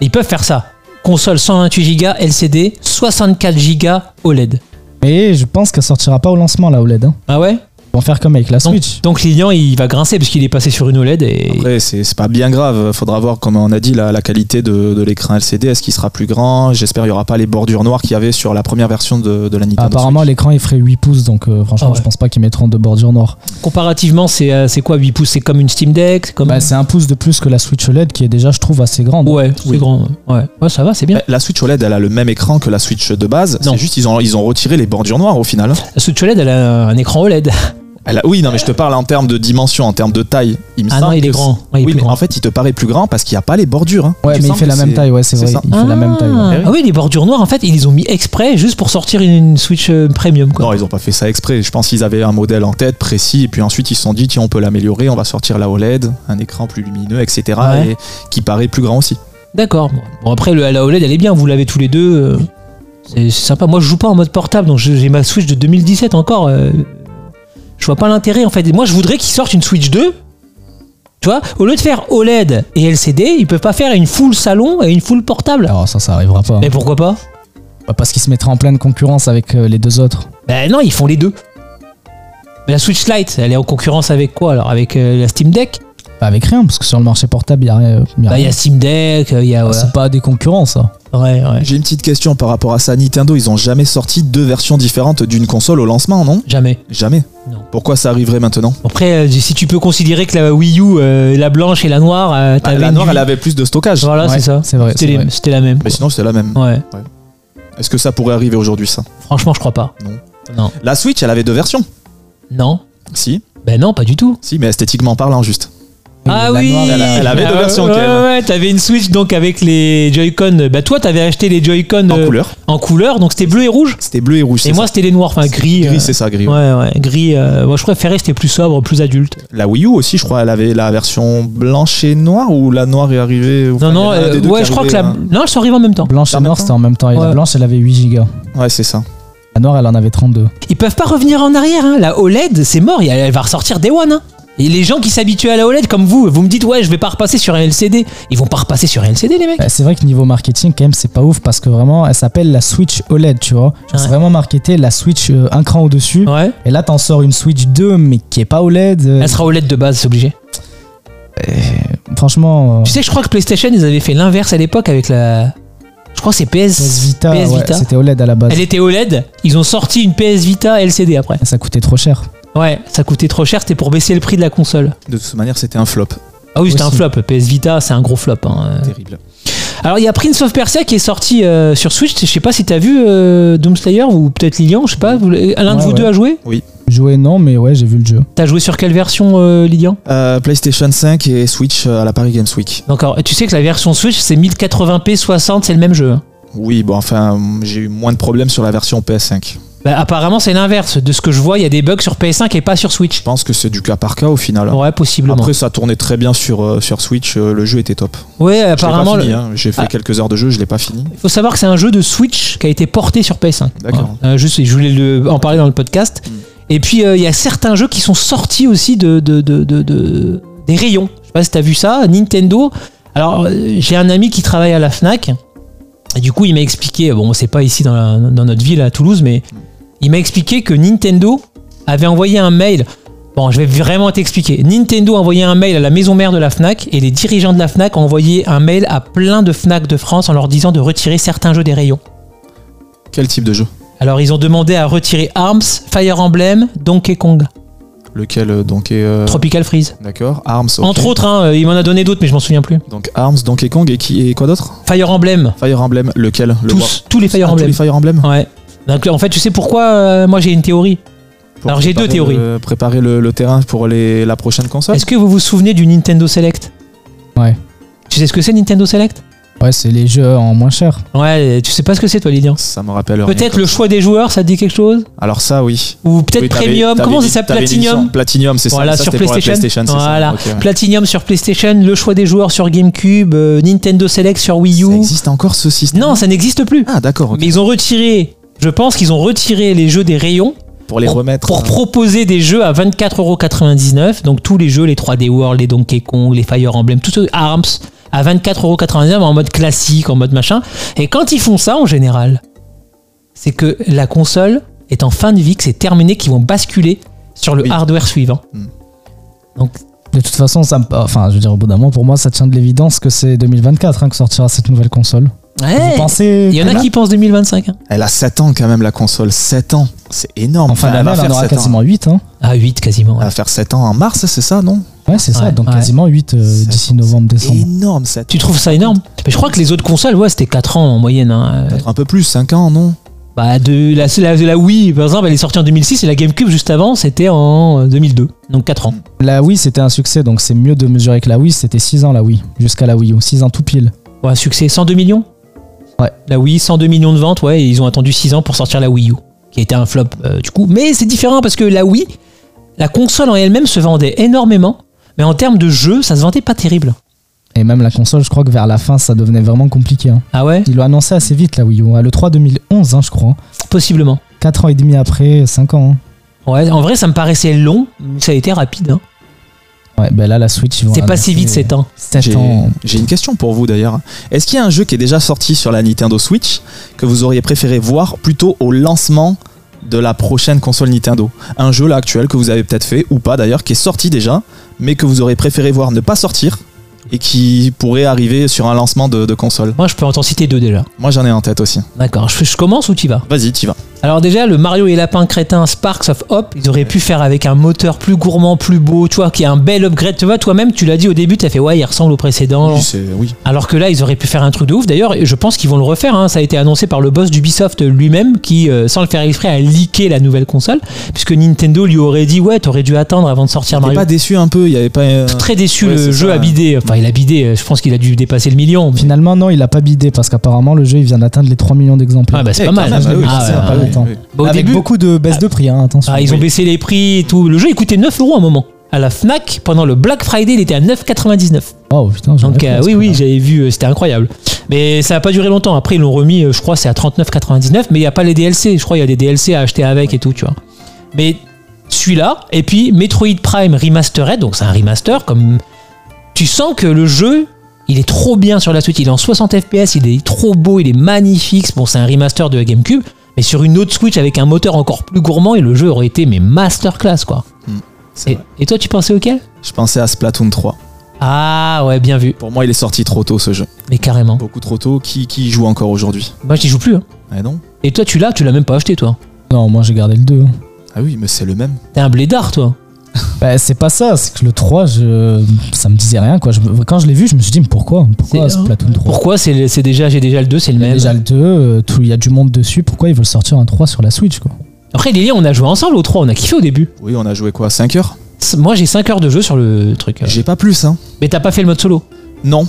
Ils peuvent faire ça. Console 128 gigas LCD, 64 gigas OLED.
Mais je pense qu'elle sortira pas au lancement, la OLED. Hein.
Ah ouais
Ils vont faire comme avec la
donc,
Switch.
donc Lilian, il va grincer parce qu'il est passé sur une OLED et
Après, c'est c'est pas bien grave. Faudra voir, comme on a dit, la, la qualité de, de l'écran LCD. Est-ce qu'il sera plus grand J'espère qu'il n'y aura pas les bordures noires qu'il y avait sur la première version de, de la Nintendo.
Apparemment,
Switch.
l'écran, il ferait 8 pouces, donc euh, franchement,
Ah ouais.
je pense pas qu'ils mettront de bordure noire.
comparativement, c'est euh, c'est quoi 8 pouces C'est comme une Steam Deck c'est comme...
Bah, c'est un pouce de plus que la Switch OLED, qui est déjà, je trouve, assez grande.
Ouais, c'est
Oui.
grand. Ouais. ouais, ça va, c'est bien.
Eh, La Switch OLED, elle a le même écran que la Switch de base.
Non.
C'est juste ils ont, ils ont retiré les bordures noires au final.
La Switch OLED, Ah, elle a un écran E OLED.
Elle a- oui, non, mais je te parle en termes de dimension, en termes de taille. Il me
Ah non,
semble
il est
que
grand. Ouais, il est
c'est- oui,
plus
mais
grand.
en fait, il te paraît plus grand parce qu'il n'y a pas les bordures. hein.
Ouais, mais
Il me
il
semble
fait
que
la même
c'est-
taille, ouais, c'est
c'est
vrai.
ça.
Il fait la même taille. Eh ouais.
Ah,
ouais.
Ah oui, les bordures noires, en fait, ils les ont mis exprès juste pour sortir une Switch euh, premium. Quoi.
Non, ils n'ont pas fait ça exprès. Je pense qu'ils avaient un modèle en tête précis, et puis ensuite ils se sont dit, tiens, on peut l'améliorer, on va sortir la OLED, un écran plus lumineux, etc.,
Ouais.
et qui paraît plus grand aussi.
D'accord. Bon, après, le, la OLED, elle est bien, vous l'avez tous les deux. euh, C'est c'est sympa. Moi, je joue pas en mode portable, donc je- j'ai ma Switch de 2017 encore. euh, je vois pas l'intérêt, en fait. Et moi, je voudrais qu'ils sortent une Switch 2. Tu vois, au lieu de faire OLED et LCD, ils peuvent pas faire une full salon et une full portable.
Alors, Ah, ça, ça arrivera pas.
Mais pourquoi pas
Bah, Parce qu'il se mettra en pleine concurrence avec euh, les deux autres.
Ben non, ils font les deux. Mais la Switch Lite, elle est en concurrence avec quoi alors Avec euh, la Steam Deck
Bah, avec rien, parce que sur le marché portable, il y a rien. y a
Bah, il y a
rien.
Steam Deck, euh, il y a.
Bah, C'est pas des concurrents, ça.
Ouais, ouais.
J'ai une petite question par rapport à ça. Nintendo, ils n'ont jamais sorti deux versions différentes d'une console au lancement, non
Jamais.
Jamais.
Non.
Pourquoi ça arriverait maintenant
Après, euh, si tu peux considérer que la Wii U, euh, la blanche et la noire, euh,
Bah,
t'avais
La
une
noire,
vue-
elle avait plus de stockage.
Voilà,
Ouais,
c'est ça.
Ah, C'est vrai.
C'était
c'est
les-
vrai.
C'était la même. quoi.
Mais sinon, c'est la même.
Ouais.
Est-ce que ça pourrait arriver aujourd'hui, ça
Franchement, je crois pas.
Non.
Non.
La Switch, elle avait deux versions.
Non.
Si,
Ben non, pas du tout.
si, mais esthétiquement parlant, juste.
ah
la
oui.
noire,
elle a- elle avait deux
Ah ouais,
versions,
Ouais,
quand même.
ouais, t'avais une Switch donc avec les Joy-Con. Bah toi, t'avais acheté les Joy-Con
En
euh,
couleur.
en couleur, donc c'était bleu et rouge.
C'était bleu et
Et
rouge. c'est
moi,
ça.
c'était les noirs, enfin gris. euh,
Gris, c'est ça, gris. ouais.
Ouais, ouais, gris. euh, moi, je préférais, c'était plus sobre, plus adulte.
La Wii U aussi, je crois, elle avait la version blanche et noire ou la noire est arrivée.
Non, non, euh, ouais, je crois que la.
hein.
Non, elles sont arrivées en même temps.
Blanche et
En même
noire,
temps
c'était en même temps. Et
Ouais.
la blanche, elle avait 8 gigas.
Ouais, c'est ça.
La noire, elle en avait 32.
Ils peuvent pas revenir en arrière. hein. La OLED, c'est mort. Elle elle va ressortir Day One. hein. Et les gens qui s'habituent à la OLED, comme vous, vous me dites, ouais, je vais pas repasser sur un LCD. Ils vont pas repasser sur un LCD, les mecs.
Bah, c'est vrai que niveau marketing, quand même, c'est pas ouf parce que vraiment, elle s'appelle la Switch OLED, tu vois. Genre,
Ouais.
C'est vraiment marketé la Switch euh, un cran au-dessus.
Ouais.
Et là, t'en sors une Switch 2, mais qui est pas OLED. euh,
Elle sera OLED de base, c'est obligé.
Franchement, euh,
Tu sais, je crois que PlayStation, ils avaient fait l'inverse à l'époque avec la. Je crois que c'est
PS
PS.
Vita,
PS
ouais,
Vita.
c'était OLED à la base.
Elle était OLED. Ils ont sorti une PS Vita LCD après.
Ça coûtait trop cher.
Ouais, ça coûtait trop cher. C'était pour baisser le prix de la console.
De toute manière, c'était un flop.
Ah oui, c'était un
Aussi.
flop. PS Vita, c'est un gros flop. hein.
Terrible.
Alors il y a Prince of Persia qui est sorti euh, sur Switch. Je sais pas si t'as vu euh, Doomslayer ou peut-être Lilian. Je sais pas. vous- L'un de
Ouais,
vous
ouais.
deux a joué
Jouer, non, mais ouais, j'ai vu le jeu.
T'as joué sur quelle version, euh, Lilian
Euh, PlayStation 5 et Switch euh, à la Paris Games Week.
D'accord. Et Tu sais que la version Switch, c'est 1080p 60, c'est le même jeu. hein.
Oui, bon, enfin, j'ai eu moins de problèmes sur la version PS5.
Bah, apparemment, c'est l'inverse. De ce que je vois, il y a des bugs sur PS5 et pas sur
Je
Switch.
pense que c'est du cas par cas au final.
Ouais, possiblement.
Après, ça tournait très bien sur, euh, sur Switch. euh, le jeu était top.
ouais,
Je l'ai pas
apparemment.
fini,
le-
hein. J'ai fait
Ah.
quelques heures de jeu, je l'ai pas fini.
Il faut savoir que c'est un jeu de Switch qui a été porté sur PS5.
D'accord.
Voilà. Euh, juste, je voulais le- en parler dans le podcast.
Mm.
Et puis, euh, il y a certains jeux qui sont sortis aussi de, de- de- de- de- des rayons. Je sais pas si t'as vu ça. Nintendo. Alors, euh, j'ai un ami qui travaille à la Fnac. Et du coup, il m'a
Mm.
expliqué. Bon, c'est pas ici dans, la- dans notre ville à Toulouse, mais il m'a expliqué que Nintendo avait envoyé un mail. Bon, je vais vraiment t'expliquer. Nintendo a envoyé un mail à la maison mère de la Fnac et les dirigeants de la Fnac ont envoyé un mail à plein de Fnac de France en leur disant de retirer certains jeux des rayons.
Quel type de jeu
Alors ils ont demandé à retirer Arms, Fire Emblem, Donkey Kong,
Lequel euh, donc est. euh,
Tropical Freeze.
D'accord. Arms. ok.
Entre autres, hein, euh, il m'en a donné d'autres mais je m'en souviens plus.
Donc Arms, Donkey Kong et qui et quoi d'autre
Fire Emblem,
Fire Emblem. Lequel Le War-
tous, tous les
Ah,
Fire
tous
Emblem.
les Fire Emblem.
Ouais. Donc en fait, tu sais pourquoi euh, moi j'ai une théorie.
Pour
Alors, j'ai
préparer
deux théories.
le- préparer le, le terrain pour les, la prochaine console.
Est-ce que vous vous souvenez du Nintendo Select
Ouais.
Tu sais ce que c'est Nintendo Select
Ouais, c'est les jeux en moins cher.
Ouais, tu sais pas ce que c'est toi Lydian
Ça me rappelle. rien,
Peut-être
comme
le
ça.
choix des joueurs, ça te dit quelque chose
Alors ça oui.
Ou peut-être
Oui, t'avais-
Premium,
t'avais
comment ça
une-
s'appelle
t'avais une édition.
Platinum
Platinum, c'est
Voilà,
ça. ça.
sur
c'était pour la
PlayStation.
PlayStation, c'est ça.
Voilà.
Ok, ouais.
Platinum sur PlayStation, le choix des joueurs sur GameCube, euh, Nintendo Select sur Wii
Ça
U.
existe encore ce système
Non, ça n'existe plus.
Ah d'accord. ok.
Mais ils ont retiré, je pense qu'ils ont retiré les jeux des rayons
Pour les
pour-
remettre.
pour
euh,
proposer des jeux à 24,99€. Donc tous les jeux, les 3D World, les Donkey Kong, les Fire Emblem, tout ce Arms, à 24,99€ en mode classique, en mode machin. Et quand ils font ça en général, c'est que la console est en fin de vie, que c'est terminé, qu'ils vont basculer sur le
Oui.
hardware suivant.
Hmm.
Donc
De toute façon, ça me- enfin, je veux dire, au bout d'un moment, pour moi, ça tient de l'évidence que c'est 2024 hein, que sortira cette nouvelle console.
ouais,
Vous pensez
il y en a
que là
qui pensent 2025. hein.
Elle a 7 ans quand même la console. 7 ans. C'est énorme.
En fin
elle
d'année,
va
elle en
faire
aura
7 ans.
quasiment 8, hein.
Ah 8 quasiment.
Elle
ouais.
va faire 7 ans en mars, c'est ça, non
Ouais, c'est ça,
Ouais,
donc
ouais.
quasiment 8 euh,
C'est-
d'ici novembre, décembre.
Énorme 7
Tu trouves ça énorme Mais je crois que les autres consoles, ouais, c'était 4 ans en moyenne. hein. Euh,
Un peu plus, 5 ans, non
Bah de la, la, la Wii par exemple elle est sortie en 2006 et la GameCube juste avant c'était en euh, 2002 donc 4 ans.
La Wii, c'était un succès, donc c'est mieux de mesurer que la Wii, c'était 6 ans la Wii, jusqu'à la Wii U, 6 ans tout pile.
Ouais, succès 102 millions.
Ouais.
La Wii 102 millions de ventes ouais et ils ont attendu 6 ans pour sortir la Wii U qui a été un flop euh, du coup mais c'est différent parce que la Wii la console en elle-même se vendait énormément mais en termes de jeux ça se vendait pas terrible.
Et même la console, je crois que vers la fin, ça devenait vraiment compliqué. hein.
Ah ouais
Ils l'ont annoncé assez vite la Wii U, à l'E3 2011, hein, je crois.
possiblement.
4 ans et demi après, 5 ans. hein.
Ouais en vrai ça me paraissait long mais ça a été rapide. hein.
Ouais, ben là, la Switch, ils vont
C'est pas
annoncer
si vite 7 ans.
7
J'ai
ans.
j'ai une question pour vous d'ailleurs. Est-ce qu'il y a un jeu qui est déjà sorti sur la Nintendo Switch que vous auriez préféré voir plutôt au lancement de la prochaine console Nintendo Un jeu là actuel que vous avez peut-être fait ou pas d'ailleurs, qui est sorti déjà, mais que vous auriez préféré voir ne pas sortir et qui pourrait arriver sur un lancement de, de console
Moi je peux en t'en citer deux déjà.
Moi j'en ai en tête aussi.
D'accord je, je commence ou tu vas
Vas-y, t'y vas.
Alors déjà, le Mario et Lapin crétin Sparks of Hop, ils auraient pu faire avec un moteur plus gourmand, plus beau, tu vois, qui a un bel upgrade. Tu vois, toi-même, tu l'as dit au début, t'as fait ouais, il ressemble au précédent.
Oui, c'est- oui.
Alors que là, ils auraient pu faire un truc de ouf. D'ailleurs, je pense qu'ils vont le refaire. hein. Ça a été annoncé par le boss d'Ubisoft lui-même, qui, euh, sans le faire exprès, a leaké la nouvelle console, puisque Nintendo lui aurait dit ouais, t'aurais dû attendre avant de sortir
T'es
Mario.
pas déçu un peu Il y avait pas. euh,
Très déçu,
Ouais,
le
c'est
jeu
ça,
a
ouais.
bidé. Enfin, il a bidé. euh, Je pense qu'il a dû dépasser le million. mais-
Finalement, non, il a pas bidé parce qu'apparemment, le jeu il vient d'atteindre les 3 millions d'exemplaires.
Ah bah c'est
eh,
pas mal.
quand même, ah oui,
Ah,
c'est
ouais,
pas
ouais.
longtemps.
oui.
Bah, au
Avec
début,
beaucoup de baisse de prix, hein, attention.
Ah, ils ont baissé les prix et tout. Le jeu, il coûtait 9 euros à un moment. À la Fnac, pendant le Black Friday, il était à 9,99.
Oh putain, j'en ai
Donc,
fait,
euh,
ce
oui, oui,
prix-là.
j'avais vu, euh, c'était incroyable. Mais ça n'a pas duré longtemps. Après, ils l'ont remis, euh, je crois, c'est à 39,99. Mais il n'y a pas les DLC. Je crois il y a des DLC à acheter avec et tout, tu vois. Mais celui-là, et puis Metroid Prime Remastered, donc c'est un remaster, comme. Tu sens que le jeu, il est trop bien sur la suite. Il est en 60 FPS, il est trop beau, il est magnifique. Bon, c'est un remaster de la GameCube, mais sur une autre Switch avec un moteur encore plus gourmand, et le jeu aurait été, mais masterclass, quoi.
C'est
Et,
vrai.
et toi, tu pensais auquel
Je pensais à Splatoon 3.
Ah, ouais, bien vu.
Pour moi, il est sorti trop tôt ce jeu.
Mais carrément.
Beaucoup trop tôt. Qui, qui y joue encore aujourd'hui
Moi, j'y joue plus, hein.
Eh non
Et toi, tu l'as, tu l'as même pas acheté, toi.
Non, moi j'ai gardé le 2. hein.
Ah oui, mais c'est le même.
T'es un blédard, toi.
Bah, c'est pas ça, c'est que le 3, je... ça me disait rien. Quoi. Je me- Quand je l'ai vu, je me suis dit, mais pourquoi Pourquoi
C'est-
Splatoon 3
Pourquoi c'est c'est déjà, j'ai déjà le 2, c'est le
Il y a
même.
déjà le 2, euh, tout- il y a du monde dessus, pourquoi ils veulent sortir un 3 sur la Switch quoi
Après, Lily, on a joué ensemble au 3, on a kiffé au début.
Oui, on a joué quoi 5 heures
C'est- Moi, j'ai 5 heures de jeu sur le truc. euh.
J'ai pas plus, hein
Mais t'as pas fait le mode solo.
Non.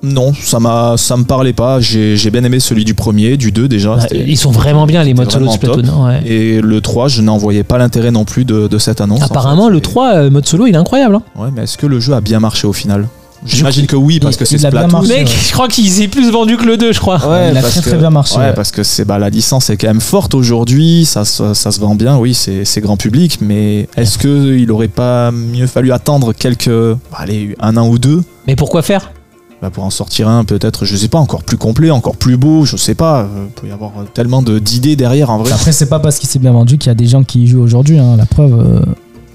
Non, ça m'a, ça me parlait pas. J'ai j'ai bien aimé celui du premier, du 2 déjà.
Ah,
Bah,
C'était-
ils sont vraiment bien, les modes solo de
vraiment
Splatoon.
top.
hein, ouais.
Et le 3, je n'en voyais pas l'intérêt non plus de, de cette annonce. en
Apparemment,
fait.
le
Et-
3, euh, mode solo, il est incroyable. hein.
Ouais, mais est-ce que le jeu a bien marché au final J'imagine que oui, parce
il-
que c'est
il a bien
Splatoon.
marché.
Mec,
ouais.
je crois qu'il s'est plus vendu que le 2, je crois.
Il a
parce
très, très bien marché,
ouais,
ouais.
parce que c'est bah, la licence est quand même forte aujourd'hui, ça, se- ça se vend bien, oui, c'est c'est grand public, mais est-ce que il aurait pas mieux fallu attendre quelques, bah, allez, un an ou deux
Mais pourquoi faire
bah, pour en sortir un peut-être, je sais pas, encore plus complet, encore plus beau, je sais pas. euh, Il peut y avoir tellement de- d'idées derrière en vrai.
Après, c'est pas parce qu'il s'est bien vendu qu'il y a des gens qui y jouent aujourd'hui. hein. La preuve. euh,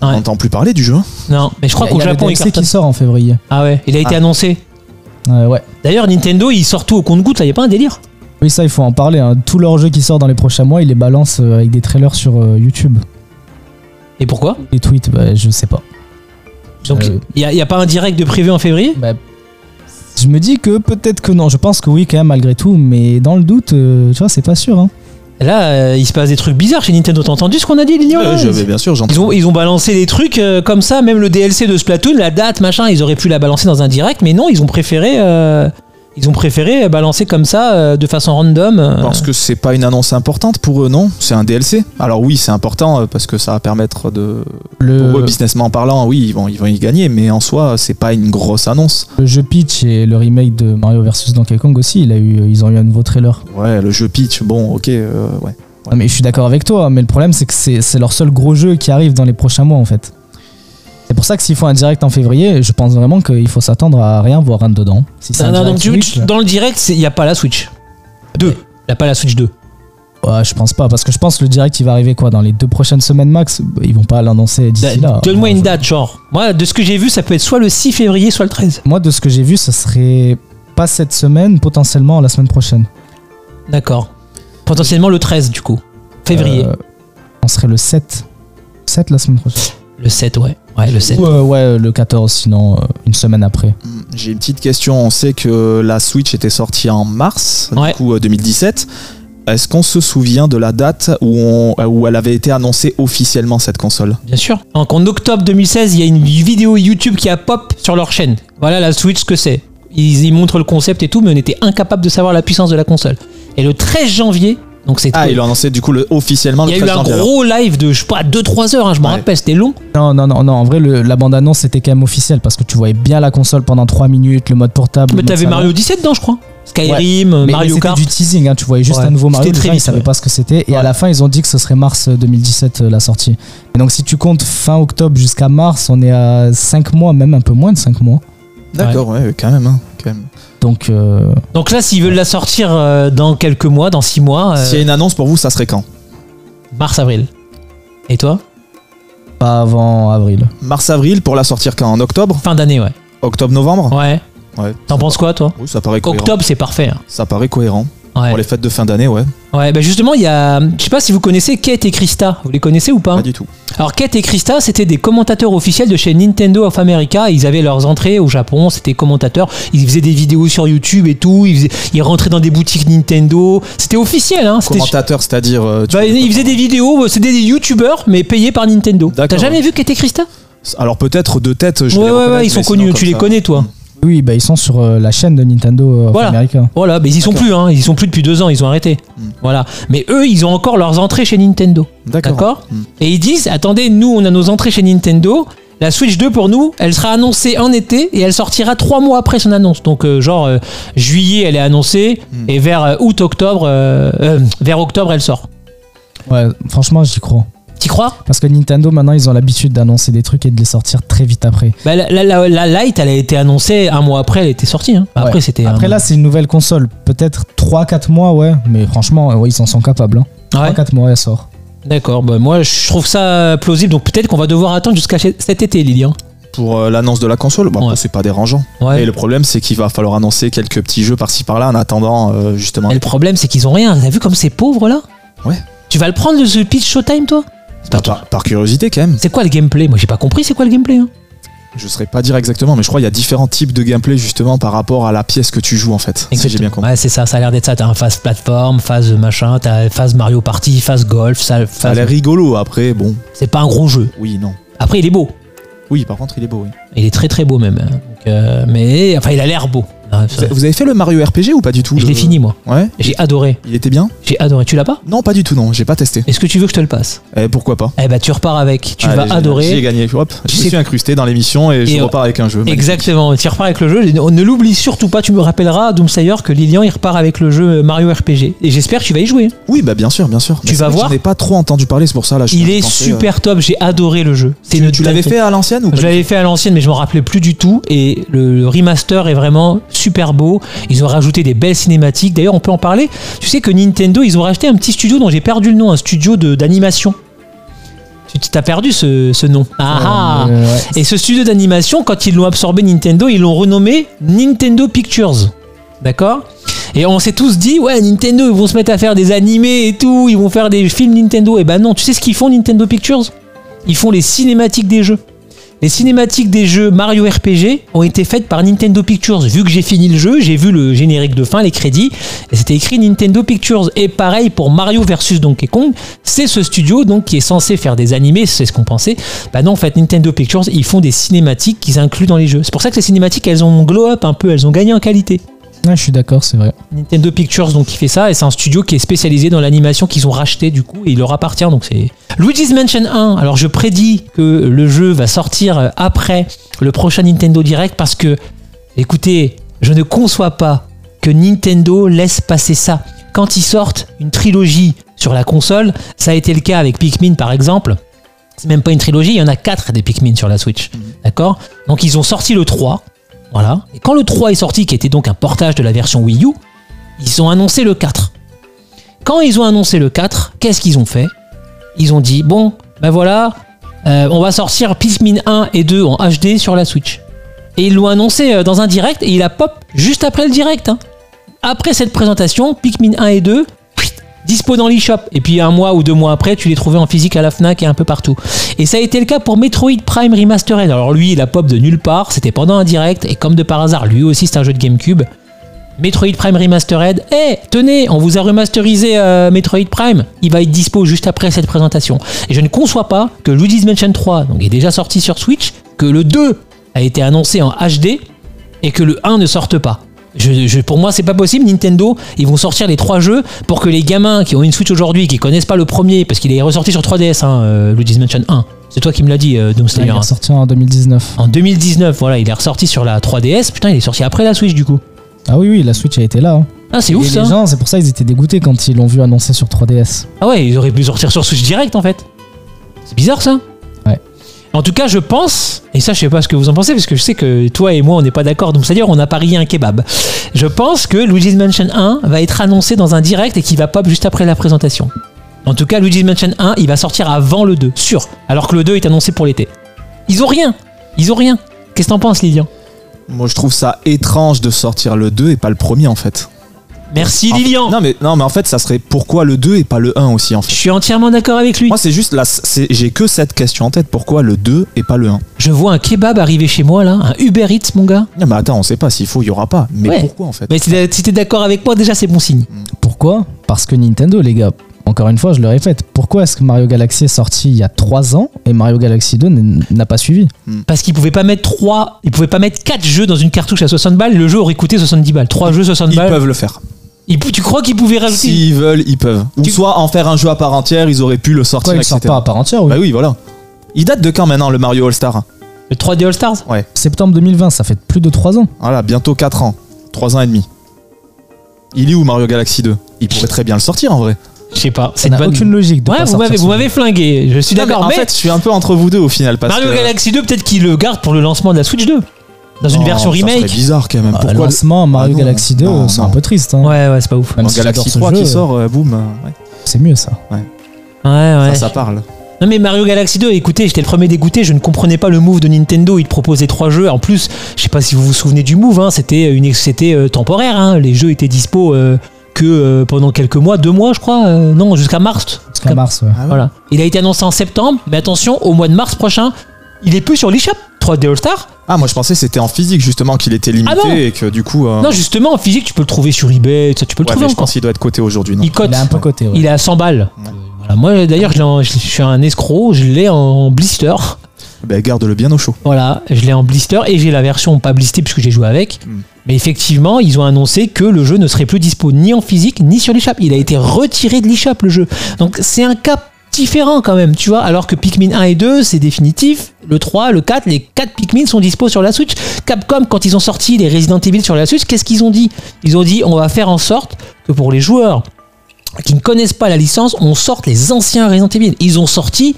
On
Ouais.
n'entend plus parler du jeu. hein.
Non, mais je crois
il y a-
qu'au
il y a le
Japon, il
DLC qui
cartonne.
sort en février.
Ah ouais, il a été
Ah.
annoncé.
Euh, ouais.
D'ailleurs, Nintendo, il sort tout au compte-goutte, là, y a pas un délire
Oui, ça, il faut en parler. hein. Tous leurs jeux qui sortent dans les prochains mois, ils les balancent euh, avec des trailers sur euh, YouTube.
Et pourquoi
Des tweets, bah, je sais pas.
Donc,
Euh,
il n'y a, pas un direct de prévu en février
bah, je me dis que peut-être que non. Je pense que oui, quand même, malgré tout. Mais dans le doute, euh, tu vois, c'est pas sûr. hein.
Là, euh, il se passe des trucs bizarres chez Nintendo. T'as entendu ce qu'on a dit, Lignon
Euh,
là
je vais bien sûr, j'entends.
ils ont, ils ont balancé des trucs euh, comme ça, même le DLC de Splatoon, la date, machin, ils auraient pu la balancer dans un direct, mais non, ils ont préféré, euh, ils ont préféré balancer comme ça, euh, de façon random. euh.
Parce que c'est pas une annonce importante pour eux, non C'est un DLC. Alors oui, c'est important euh, parce que ça va permettre de.
Euh,
Pour eux,
Le,
businessment parlant, oui, ils vont, ils vont y gagner, mais en soi, c'est pas une grosse annonce.
le jeu Peach et le remake de Mario vs Donkey Kong aussi, il a eu, euh, ils ont eu un nouveau trailer.
Ouais, le jeu pitch, bon, ok, euh, ouais.
Non, mais je suis d'accord avec toi, mais le problème c'est que c'est c'est leur seul gros jeu qui arrive dans les prochains mois en fait. C'est pour ça que s'ils font un direct en février, je pense vraiment qu'il faut s'attendre à rien voir un dedans. Si c'est
Non, non,
un direct
donc, tu-
Switch,
tu- dans le direct, il n'y a pas la Switch. 2. Il n'y a pas la Switch 2.
ouais, je pense pas, parce que je pense que le direct il va arriver quoi Dans les deux prochaines semaines max Bah, Ils vont pas l'annoncer d'ici là.
Bah, Donne-moi
Bon,
une
je-
date, genre. Moi, de ce que j'ai vu, ça peut être soit le 6 février, soit le 13.
Moi de ce que j'ai vu, ça serait pas cette semaine, potentiellement la semaine prochaine.
D'accord. Potentiellement le 13, du coup. Février.
Euh, on serait le 7. 7 la semaine prochaine.
Le 7, ouais. Ouais, le 7.
Ou, euh, ouais, le 14 sinon, euh, une semaine après.
Hmm, J'ai une petite question. On sait que la Switch était sortie en mars,
Ouais.
du coup, euh, 2017. Est-ce qu'on se souvient de la date où, on- où elle avait été annoncée officiellement, cette console
Bien sûr. Donc en octobre 2016, il y a une vidéo YouTube qui a pop sur leur chaîne. Voilà la Switch ce que c'est. Ils y montrent le concept et tout, mais on était incapable de savoir la puissance de la console. Et le 13 janvier, donc c'est
Ah, ils l'ont annoncé, du coup, le, officiellement
il
le
y a eu
13
un
janvier, alors.
gros live de je sais pas 2-3 heures, hein, je me
Ouais.
rappelle, c'était long.
Non, non, non, non. En vrai, le- la bande-annonce c'était quand même officielle parce que tu voyais bien la console pendant 3 minutes, le mode portable.
Mais
le mode
t'avais
salon.
Mario 17 dedans, je crois. Skyrim, euh,
Mais- mais
Mario
c'était
Kart.
du teasing, hein, tu voyais juste
Ouais.
un nouveau Mario,
C'était
les
très
gens, ils
vite,
savaient
ouais.
pas ce que c'était. Et
Ouais.
à la fin, ils ont dit que ce serait mars 2017 euh, la sortie. Et donc, si tu comptes fin octobre jusqu'à mars, on est à 5 mois, même un peu moins de 5 mois.
D'accord, ouais, quand même. hein, quand même.
Donc, euh,
Donc là, s'ils veulent la sortir euh, dans quelques mois, dans 6 mois, euh,
S'il y a une annonce pour vous, ça serait quand
mars-avril. Et toi
pas avant avril.
Mars-avril pour la sortir quand En octobre
Fin d'année, ouais.
Octobre-novembre
Ouais.
Ouais.
T'en penses quoi, toi
Oui, ça paraît cohérent.
Octobre, c'est parfait. hein.
Ça paraît cohérent.
Ouais.
Pour les fêtes de fin d'année, ouais.
Ouais, bah justement, il y a. Je sais pas si vous connaissez Kate et Krista. Vous les connaissez ou pas
Pas du tout.
Alors, Kate et Krista, c'était des commentateurs officiels de chez Nintendo of America. Ils avaient leurs entrées au Japon, c'était commentateurs. Ils faisaient des vidéos sur YouTube et tout. Ils, faisaient- ils rentraient dans des boutiques Nintendo. C'était officiel, hein. C'était...
Commentateur, c'est-à-dire. euh, tu
Bah,
peux-
ils faisaient des vidéos, euh, c'était des youtubeurs, mais payés par Nintendo.
D'accord,
T'as jamais
ouais.
vu Kate et Krista
Alors peut-être de tête, je
Ouais, ouais,
vais reconnaître,
ouais, ils sont
mais sinon,
connus,
comme
tu les
ça-
connais, toi.
Oui, bah, ils sont sur euh, la chaîne de Nintendo euh,
Voilà.
America.
Voilà, mais ils y sont
D'accord.
plus, hein. Ils y sont plus depuis deux ans, ils ont arrêté.
Hmm.
Voilà. Mais eux, ils ont encore leurs entrées chez Nintendo.
D'accord.
D'accord
Mm.
Et ils disent attendez, nous, on a nos entrées chez Nintendo. La Switch 2 pour nous, elle sera annoncée en été et elle sortira trois mois après son annonce. Donc, euh, genre euh, juillet, elle est annoncée
Mm.
et vers euh, août, octobre, euh, euh, vers octobre, elle sort.
Ouais, franchement, j'y crois.
T'y crois
Parce que Nintendo, maintenant, ils ont l'habitude d'annoncer des trucs et de les sortir très vite après.
bah, la, la- la- la Lite, elle a été annoncée un mois après, elle était sortie. hein. Après,
Ouais.
c'était.
Après
un-
là, c'est une nouvelle console. Peut-être 3-4 mois, ouais. Mais franchement, euh, ouais, ils en sont capables. Hein.
Ah Ouais.
3-4 mois, elle sort.
D'accord, bah, moi, je trouve ça plausible. Donc, peut-être qu'on va devoir attendre jusqu'à chez- cet été, Lilian.
Pour euh, l'annonce de la console, bah,
Ouais.
bah, c'est pas dérangeant.
Ouais.
Et le problème, c'est qu'il va falloir annoncer quelques petits jeux par-ci par-là en attendant euh, justement.
Mais le problème, c'est qu'ils ont rien. T'as vu comme c'est pauvre là
Ouais.
Tu vas le prendre le The Pitch Showtime, toi
Par, par- par curiosité quand même.
C'est quoi le gameplay Moi j'ai pas compris c'est quoi le gameplay. hein.
Je saurais pas dire exactement, mais je crois qu'il y a différents types de gameplay justement par rapport à la pièce que tu joues en fait. Si j'ai bien compris.
Ouais, c'est ça, ça a l'air d'être ça. T'as un phase plateforme, phase machin, t'as phase Mario Party, phase golf, ça,
Ça a
phase.
l'air rigolo après, bon,
C'est pas un gros jeu.
oui, non.
Après il est beau.
Oui, par contre, il est beau. oui.
Il est très très beau même. hein. Donc, euh, mais enfin il a l'air beau. Ah, ça-
Vous- Vous avez fait le Mario RPG ou pas du tout
je
le-
l'ai fini moi.
Ouais.
J'ai adoré.
Il était bien
J'ai adoré. Tu l'as pas
Non, pas du tout, non. J'ai pas testé.
Est-ce que tu veux que je te le passe
Eh, pourquoi pas
Eh bah tu repars avec. Tu
Allez,
vas
j'ai-
adorer.
J'ai gagné. Hop,
Tu
je
sais-
me suis incrusté dans l'émission et,
Et euh,
je
on-
repars avec un jeu. magnifique.
Exactement, tu repars avec le jeu. Ne l'oublie surtout pas, tu me rappelleras, Doomsayer, que Lilian il repart avec le jeu Mario RPG. Et j'espère que tu vas y jouer.
Oui, bah bien sûr, bien sûr.
Tu
Mais c'est
vas
vrai que
voir.
J'en ai pas trop entendu parler, c'est pour ça là. je
Il
suis
est
pensé,
super top, j'ai adoré le jeu.
euh,
C'est
Tu,
une
tu l'avais
dinguerie.
fait à l'ancienne ou pas
Je l'avais fait à l'ancienne, mais je m'en rappelais plus du tout. Et le, le remaster est vraiment super beau. Ils ont rajouté des belles cinématiques. D'ailleurs, on peut en parler. Tu sais que Nintendo, ils ont racheté un petit studio dont j'ai perdu le nom, un studio de- d'animation. Tu tu t'as perdu ce, ce nom. Ah ah
Euh, ouais.
Et ce studio d'animation, quand ils l'ont absorbé Nintendo, ils l'ont renommé Nintendo Pictures. D'accord Et on s'est tous dit, ouais, Nintendo, ils vont se mettre à faire des animés et tout, ils vont faire des films Nintendo. Et ben non, tu sais ce qu'ils font, Nintendo Pictures Ils font les cinématiques des jeux. Les cinématiques des jeux Mario RPG ont été faites par Nintendo Pictures. Vu que j'ai fini le jeu, j'ai vu le générique de fin, les crédits, et c'était écrit Nintendo Pictures. Et pareil pour Mario versus Donkey Kong, c'est ce studio donc qui est censé faire des animés, c'est ce qu'on pensait. Bah non, en fait, Nintendo Pictures, ils font des cinématiques qu'ils incluent dans les jeux. C'est pour ça que les cinématiques, elles ont glow up un peu, elles ont gagné en qualité.
Ouais, je suis d'accord, c'est vrai.
Nintendo Pictures donc qui fait ça et c'est un studio qui est spécialisé dans l'animation qu'ils ont racheté du coup et il leur appartient donc c'est Luigi's Mansion 1 alors je prédis que le jeu va sortir euh, après le prochain Nintendo Direct parce que écoutez je ne conçois pas que Nintendo laisse passer ça quand ils sortent une trilogie sur la console ça a été le cas avec Pikmin par exemple c'est même pas une trilogie il y en a 4 des Pikmin sur la Switch d'accord donc ils ont sorti le 3 voilà et quand le 3 est sorti qui était donc un portage de la version Wii U ils ont annoncé le 4. Quand ils ont annoncé le 4, qu'est-ce qu'ils ont fait Ils ont dit bon, ben voilà, euh, on va sortir Pikmin 1 et 2 en HD sur la Switch. Et ils l'ont annoncé euh, dans un direct et il a pop juste après le direct. hein. Après cette présentation, Pikmin 1 et 2 pfft, dispo dans l'eShop et puis un mois ou deux mois après tu les trouvais en physique à la Fnac et un peu partout et ça a été le cas pour Metroid Prime Remastered alors lui il a pop de nulle part c'était pendant un direct et comme de par hasard lui aussi c'est un jeu de Gamecube Metroid Prime Remastered. Eh, tenez, on vous a remasterisé euh, Metroid Prime. Il va être dispo juste après cette présentation. Et je ne conçois pas que Luigi's Mansion 3 donc, est déjà sorti sur Switch, que le 2 a été annoncé en HD et que le 1 ne sorte pas. Je- je- pour moi, c'est pas possible. Nintendo, ils vont sortir les trois jeux pour que les gamins qui ont une Switch aujourd'hui, qui connaissent pas le premier, parce qu'il est ressorti sur 3DS, hein, euh, Luigi's Mansion 1. C'est toi qui me l'as dit, euh, Doomslayer,
Il est
hein.
sorti en 2019.
En 2019, voilà, il est ressorti sur la 3DS. Putain, il est sorti après la Switch du coup.
Ah oui, oui, la Switch a été là. hein.
Ah, c'est
Et
ouf ça.
Les gens, c'est pour ça qu'ils étaient dégoûtés quand ils l'ont vu annoncer sur 3DS.
Ah ouais, ils auraient pu sortir sur Switch direct en fait. C'est bizarre ça.
Ouais.
En tout cas, je pense, et ça je sais pas ce que vous en pensez, parce que je sais que toi et moi on n'est pas d'accord, donc c'est-à-dire on a parié un kebab. Je pense que Luigi's Mansion 1 va être annoncé dans un direct et qui va pop juste après la présentation. En tout cas, Luigi's Mansion 1, il va sortir avant le 2, sûr. Alors que le 2 est annoncé pour l'été. Ils ont rien Ils ont rien Qu'est-ce que t'en penses, Lilian
Moi, je trouve ça étrange de sortir le 2 et pas le premier, en fait.
Merci
En-
Lilian
Non, mais, non, mais en fait, ça serait pourquoi le 2 et pas le 1 aussi, en
Je
fait.
suis entièrement d'accord avec lui.
Moi, c'est juste, là, c'est- j'ai que cette question en tête. Pourquoi le 2 et pas le 1
Je vois un kebab arriver chez moi là, un Uber Eats, mon gars.
Non, mais attends, on sait pas. S'il faut, il y aura pas. Mais
Ouais.
pourquoi, en fait
Mais si t'es- si t'es d'accord avec moi, déjà c'est bon signe.
Pourquoi Parce que Nintendo, les gars, encore une fois, je le répète, pourquoi est-ce que Mario Galaxy est sorti il y a 3 ans et Mario Galaxy 2 n- n'a pas suivi
Parce qu'ils pouvaient pas mettre 3, ils pouvaient pas mettre 4 jeux dans une cartouche à 60 balles, le jeu aurait coûté 70 balles. 3 jeux 60
Ils
balles.
peuvent le faire.
Ils pou- tu crois qu'ils pouvaient rajouter
S'ils veulent, ils peuvent. Ou
Tu-
soit en faire un jeu à part entière, ils auraient pu le
Pourquoi
sortir,
il ne
etc.
sort pas à part entière oui.
Bah oui, voilà. Il date de quand maintenant le Mario All-Star
le 3D All Stars
Septembre 2020, ça fait plus de 3 ans.
Voilà, bientôt 4 ans. 3 ans et demi. Il est où Mario Galaxy 2 Il pourrait très bien le sortir en vrai.
Je sais pas, c'est
Ça
une
n'a
bonne
aucune logique de
Ouais,
pas
vous
sortir
m'avez
ce
vous
jeu.
m'avez flingué, je suis
Non, mais
d'accord
en
mais,
fait, je suis un peu entre vous deux au final parce
Mario
que
Galaxy 2 peut-être qu'ils le gardent pour le lancement de la Switch 2 dans une
Non,
version
Oh, ça serait
remake.
bizarre quand même.
Bah, le
Pourquoi le
lancement Mario
Ah non,
Galaxy 2,
non,
c'est
non.
un peu triste. hein.
Ouais ouais, c'est pas ouf.
Même
Dans
si
Galaxy
j'adore ce
3 qui
jeu,
sort, euh, boum, euh, ouais.
C'est mieux ça.
Ouais ouais.
ça, ça parle.
Bah,
Non mais Mario Galaxy 2, écoutez, j'étais le premier dégoûté, je ne comprenais pas le move de Nintendo, il te proposait trois jeux, en plus, je sais pas si vous vous souvenez du move, hein, c'était une c'était euh, temporaire, hein, les jeux étaient dispo euh, que euh, pendant quelques mois, deux mois je crois, euh, non jusqu'à mars.
Jusqu'à mars, ouais.
Voilà. Il a été annoncé en septembre, mais attention, au mois de mars prochain, il est plus sur l'eShop 3D All Star.
Ah, moi je pensais que c'était en physique justement qu'il était limité
Ah non
et que du coup. euh,
Non justement, en physique, tu peux le trouver sur eBay, ça, tu peux le
ouais,
trouver
mais je
encore.
pense qu'il doit être coté aujourd'hui. non
Il cote.
Il est un peu coté, ouais.
Il est à 100 balles.
Ouais.
Voilà. Moi d'ailleurs, je l'ai en- je suis un escroc, je l'ai en blister.
Bah, garde-le bien au chaud.
Voilà, je l'ai en blister et j'ai la version pas blistée puisque j'ai joué avec.
Mm.
Mais effectivement, ils ont annoncé que le jeu ne serait plus dispo ni en physique ni sur l'eShop. Il a été retiré de l'eShop le jeu. Donc c'est un cas différent quand même, tu vois. Alors que Pikmin 1 et 2, c'est définitif. Le 3, le 4, les 4 Pikmin sont dispo sur la Switch. Capcom, quand ils ont sorti les Resident Evil sur la Switch, qu'est-ce qu'ils ont dit Ils ont dit on va faire en sorte que pour les joueurs qui ne connaissent pas la licence, on sorte les anciens Resident Evil. Ils ont sorti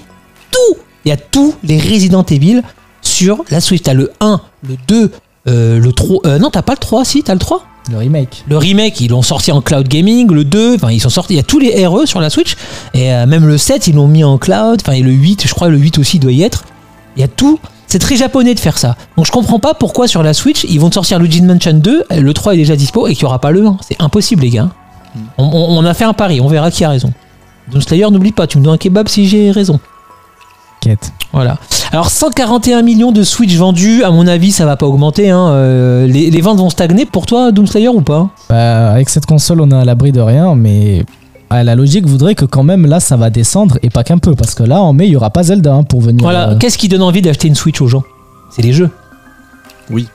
tout. Il y a tous les Resident Evil sur la Switch. T'as le 1, le 2, euh, le 3. euh, non, t'as pas le 3, si, t'as le 3.
Le remake.
Le remake, ils l'ont sorti en cloud gaming, le 2, enfin ils sont sortis, il y a tous les RE sur la Switch, et euh, même le 7, ils l'ont mis en cloud, enfin et le 8, je crois le 8 aussi doit y être. Il y a tout, c'est très japonais de faire ça. Donc je comprends pas pourquoi sur la Switch, ils vont te sortir Luigi's Mansion 2, le 3 est déjà dispo et qu'il y aura pas le 1. C'est impossible les gars. On, on- on a fait un pari, on verra qui a raison. Donc Slayer, n'oublie pas, tu me dois un kebab si j'ai raison.
Quête.
Voilà. Alors 141 millions de Switch vendus, à mon avis ça va pas augmenter. hein. Euh, les, les ventes vont stagner pour toi, Doomslayer ou pas
Bah, avec cette console, on est à l'abri de rien, mais ah, la logique voudrait que quand même là, ça va descendre et pas qu'un peu, parce que là, en mai, il y aura pas Zelda hein, pour venir.
Voilà,
euh,
qu'est-ce qui donne envie d'acheter une Switch aux gens C'est les jeux.
Oui.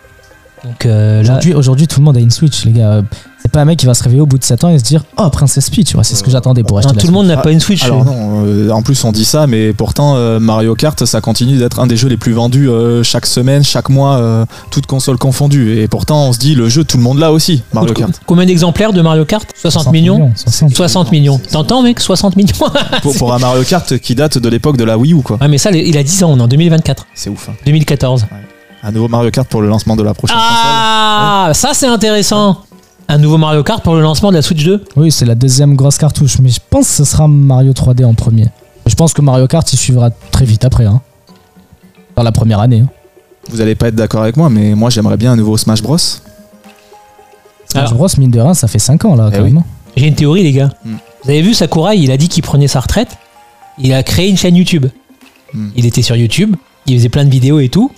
Donc euh, là,
Aujourd'hui, aujourd'hui, tout le monde a une Switch, les gars. C'est pas un mec qui va se réveiller au bout de 7 ans et se dire Oh, Princess Peach, ouais, c'est ce que j'attendais pour
Euh, non,
acheter. la
tout le monde n'a
Ah,
pas une Switch.
Alors non, euh, en plus on dit ça, mais pourtant euh, Mario Kart, ça continue d'être un des jeux les plus vendus euh, chaque semaine, chaque mois, euh, toutes consoles confondues. Et pourtant on se dit le jeu, tout le monde l'a aussi, Mario
Co-
Kart.
Combien d'exemplaires de Mario Kart 60,
60
millions,
60.
60 millions. T'entends, mec 60 millions
Pour, pour un Mario Kart qui date de l'époque de la Wii U, quoi.
Ouais, mais ça, il a 10 ans, on est en 2024,
C'est ouf. hein.
2014.
Un nouveau Mario Kart pour le lancement de la prochaine
Ah Ça, c'est intéressant Un nouveau Mario Kart pour le lancement de la Switch 2
Oui, c'est la deuxième grosse cartouche, mais je pense que ce sera Mario 3D en premier. Je pense que Mario Kart, il suivra très vite après. Hein. Dans la première année. hein.
console. Vous allez pas être d'accord avec moi, mais moi j'aimerais bien un nouveau Smash Bros.
Smash
Alors-
Bros, mine de rien, ça fait 5 ans là,
Eh
quand
oui.
même.
J'ai une théorie, les gars.
Hmm.
Vous avez vu, Sakurai, il a dit qu'il prenait sa retraite. Il a créé une chaîne YouTube.
Hmm.
Il était sur YouTube, il faisait plein de vidéos et tout.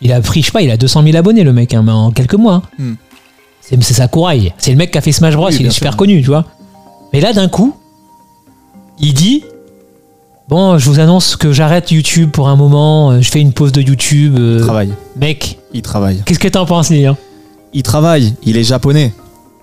Il a pris, je sais pas, il a 200 000 abonnés, le mec, hein, mais en quelques mois.
Hmm.
C'est c'est Sakurai. C'est le mec qui a fait Smash Bros.
Oui,
il est
bien
super
sûr.
connu, tu vois. Mais là, d'un coup, il dit Bon, je vous annonce que j'arrête YouTube pour un moment. euh, Je fais une pause de YouTube. euh,
Il travaille.
mec,
Il travaille.
qu'est-ce que t'en penses, Lilian
Il travaille. Il est japonais.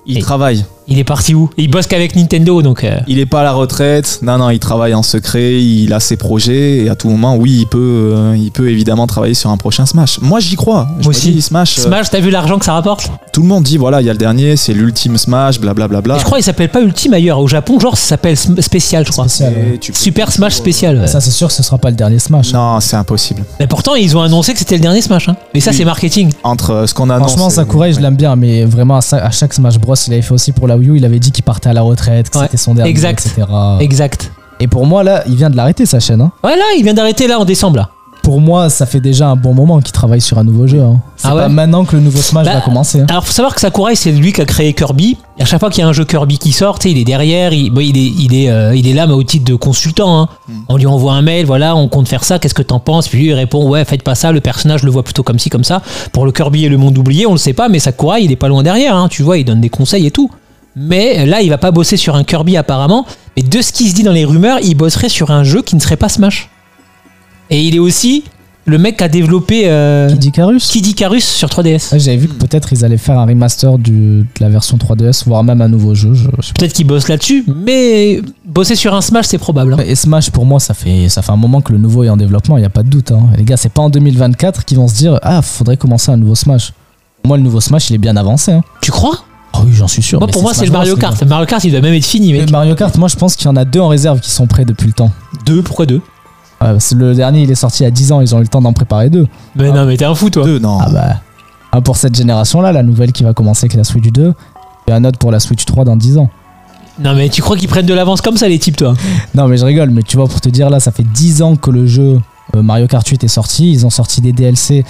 Il
Et-
travaille.
Il est parti où Il bosse qu'avec Nintendo, donc. euh,
Il est pas à la retraite, non, non, il travaille en secret, il a ses projets, et à tout moment, oui, il peut, euh, il peut évidemment travailler sur un prochain Smash. Moi, j'y crois. Je
Moi
me
aussi.
dis, Smash, euh,
Smash, t'as vu l'argent que ça rapporte
tout le monde dit, voilà, il y a le dernier, c'est l'ultime Smash, blablabla.
Et je crois qu'il s'appelle pas Ultime ailleurs. Au Japon, genre, ça s'appelle Sm- spécial, je crois.
Spécial,
Et
ouais.
tu peux-
Super Smash spécial. ouais.
Ça, c'est sûr que ce sera pas le dernier Smash.
Non, c'est impossible.
Mais pourtant, ils ont annoncé que c'était le dernier Smash. hein. Mais ça,
Oui.
c'est marketing.
Entre euh, ce qu'on annonce.
Franchement,
et-
Sakurai, je
ouais.
l'aime bien, mais vraiment, à sa- à chaque Smash Bros, il avait fait aussi pour la Wii U, il avait dit qu'il partait à la retraite, que
Ouais,
c'était son dernier,
exact.
etc.
Exact.
Et pour moi, là, il vient de l'arrêter sa chaîne. hein.
Ouais, là, il vient d'arrêter là en décembre. Là.
Pour moi, ça fait déjà un bon moment qu'il travaille sur un nouveau jeu. hein. C'est
Ah ouais
pas maintenant que le nouveau Smash
Bah,
va commencer. hein.
Alors, faut savoir que Sakurai, c'est lui qui a créé Kirby. Et à chaque fois qu'il y a un jeu Kirby qui sort, tu sais, il est derrière, il, bon, il est, il, est, euh, il est là, mais au titre de consultant. hein.
Hmm.
On lui envoie un mail, voilà, on compte faire ça, qu'est-ce que t'en penses Puis lui, il répond, ouais, faites pas ça, le personnage le voit plutôt comme ci, comme ça. Pour le Kirby et le monde oublié, on le sait pas, mais Sakurai, il est pas loin derrière, hein. tu vois, il donne des conseils et tout. Mais euh, là, il va pas bosser sur un Kirby apparemment. Mais de ce qui se dit dans les rumeurs, il bosserait sur un jeu qui ne serait pas Smash. Et il est aussi le mec qui a développé euh,
Kid Icarus
Kid Icarus sur 3DS.
Ouais, J'avais vu que peut-être ils allaient faire un remaster du- de la version 3DS, voire même un nouveau jeu. je- je sais
Peut-être qu'il bosse là-dessus, mais bosser sur un Smash, c'est probable. hein.
pas. Et Smash, pour moi, ça fait, ça fait un moment que le nouveau est en développement, il n'y a pas de doute. hein. Les gars, c'est pas en 2024 qu'ils vont se dire Ah, faudrait commencer un nouveau Smash. Pour moi, le nouveau Smash, il est bien avancé. hein.
Tu crois
Ah oui, j'en suis sûr.
Moi,
mais
pour moi, c'est le
Smash
Mario
Bros,
Kart.
les
Le Mario Kart, il doit même être fini,
gars.
mec.
Le Mario Kart, moi, je pense qu'il y en a deux en réserve qui sont prêts depuis le temps.
Deux, pourquoi deux
Ah, parce que le dernier, il est sorti à 10 ans, ils ont eu le temps d'en préparer deux.
Mais non, mais t'es un fou, toi.
Deux, non.
Ah bah. Un pour cette génération-là, la nouvelle qui va commencer avec la Switch 2, et un autre pour la Switch 3 dans 10 ans.
Non, mais tu crois qu'ils prennent de l'avance comme ça, les types, toi
Non, mais je rigole, mais tu vois, pour te dire là, ça fait 10 ans que le jeu euh, Mario Kart 8 est sorti. Ils ont sorti des DLC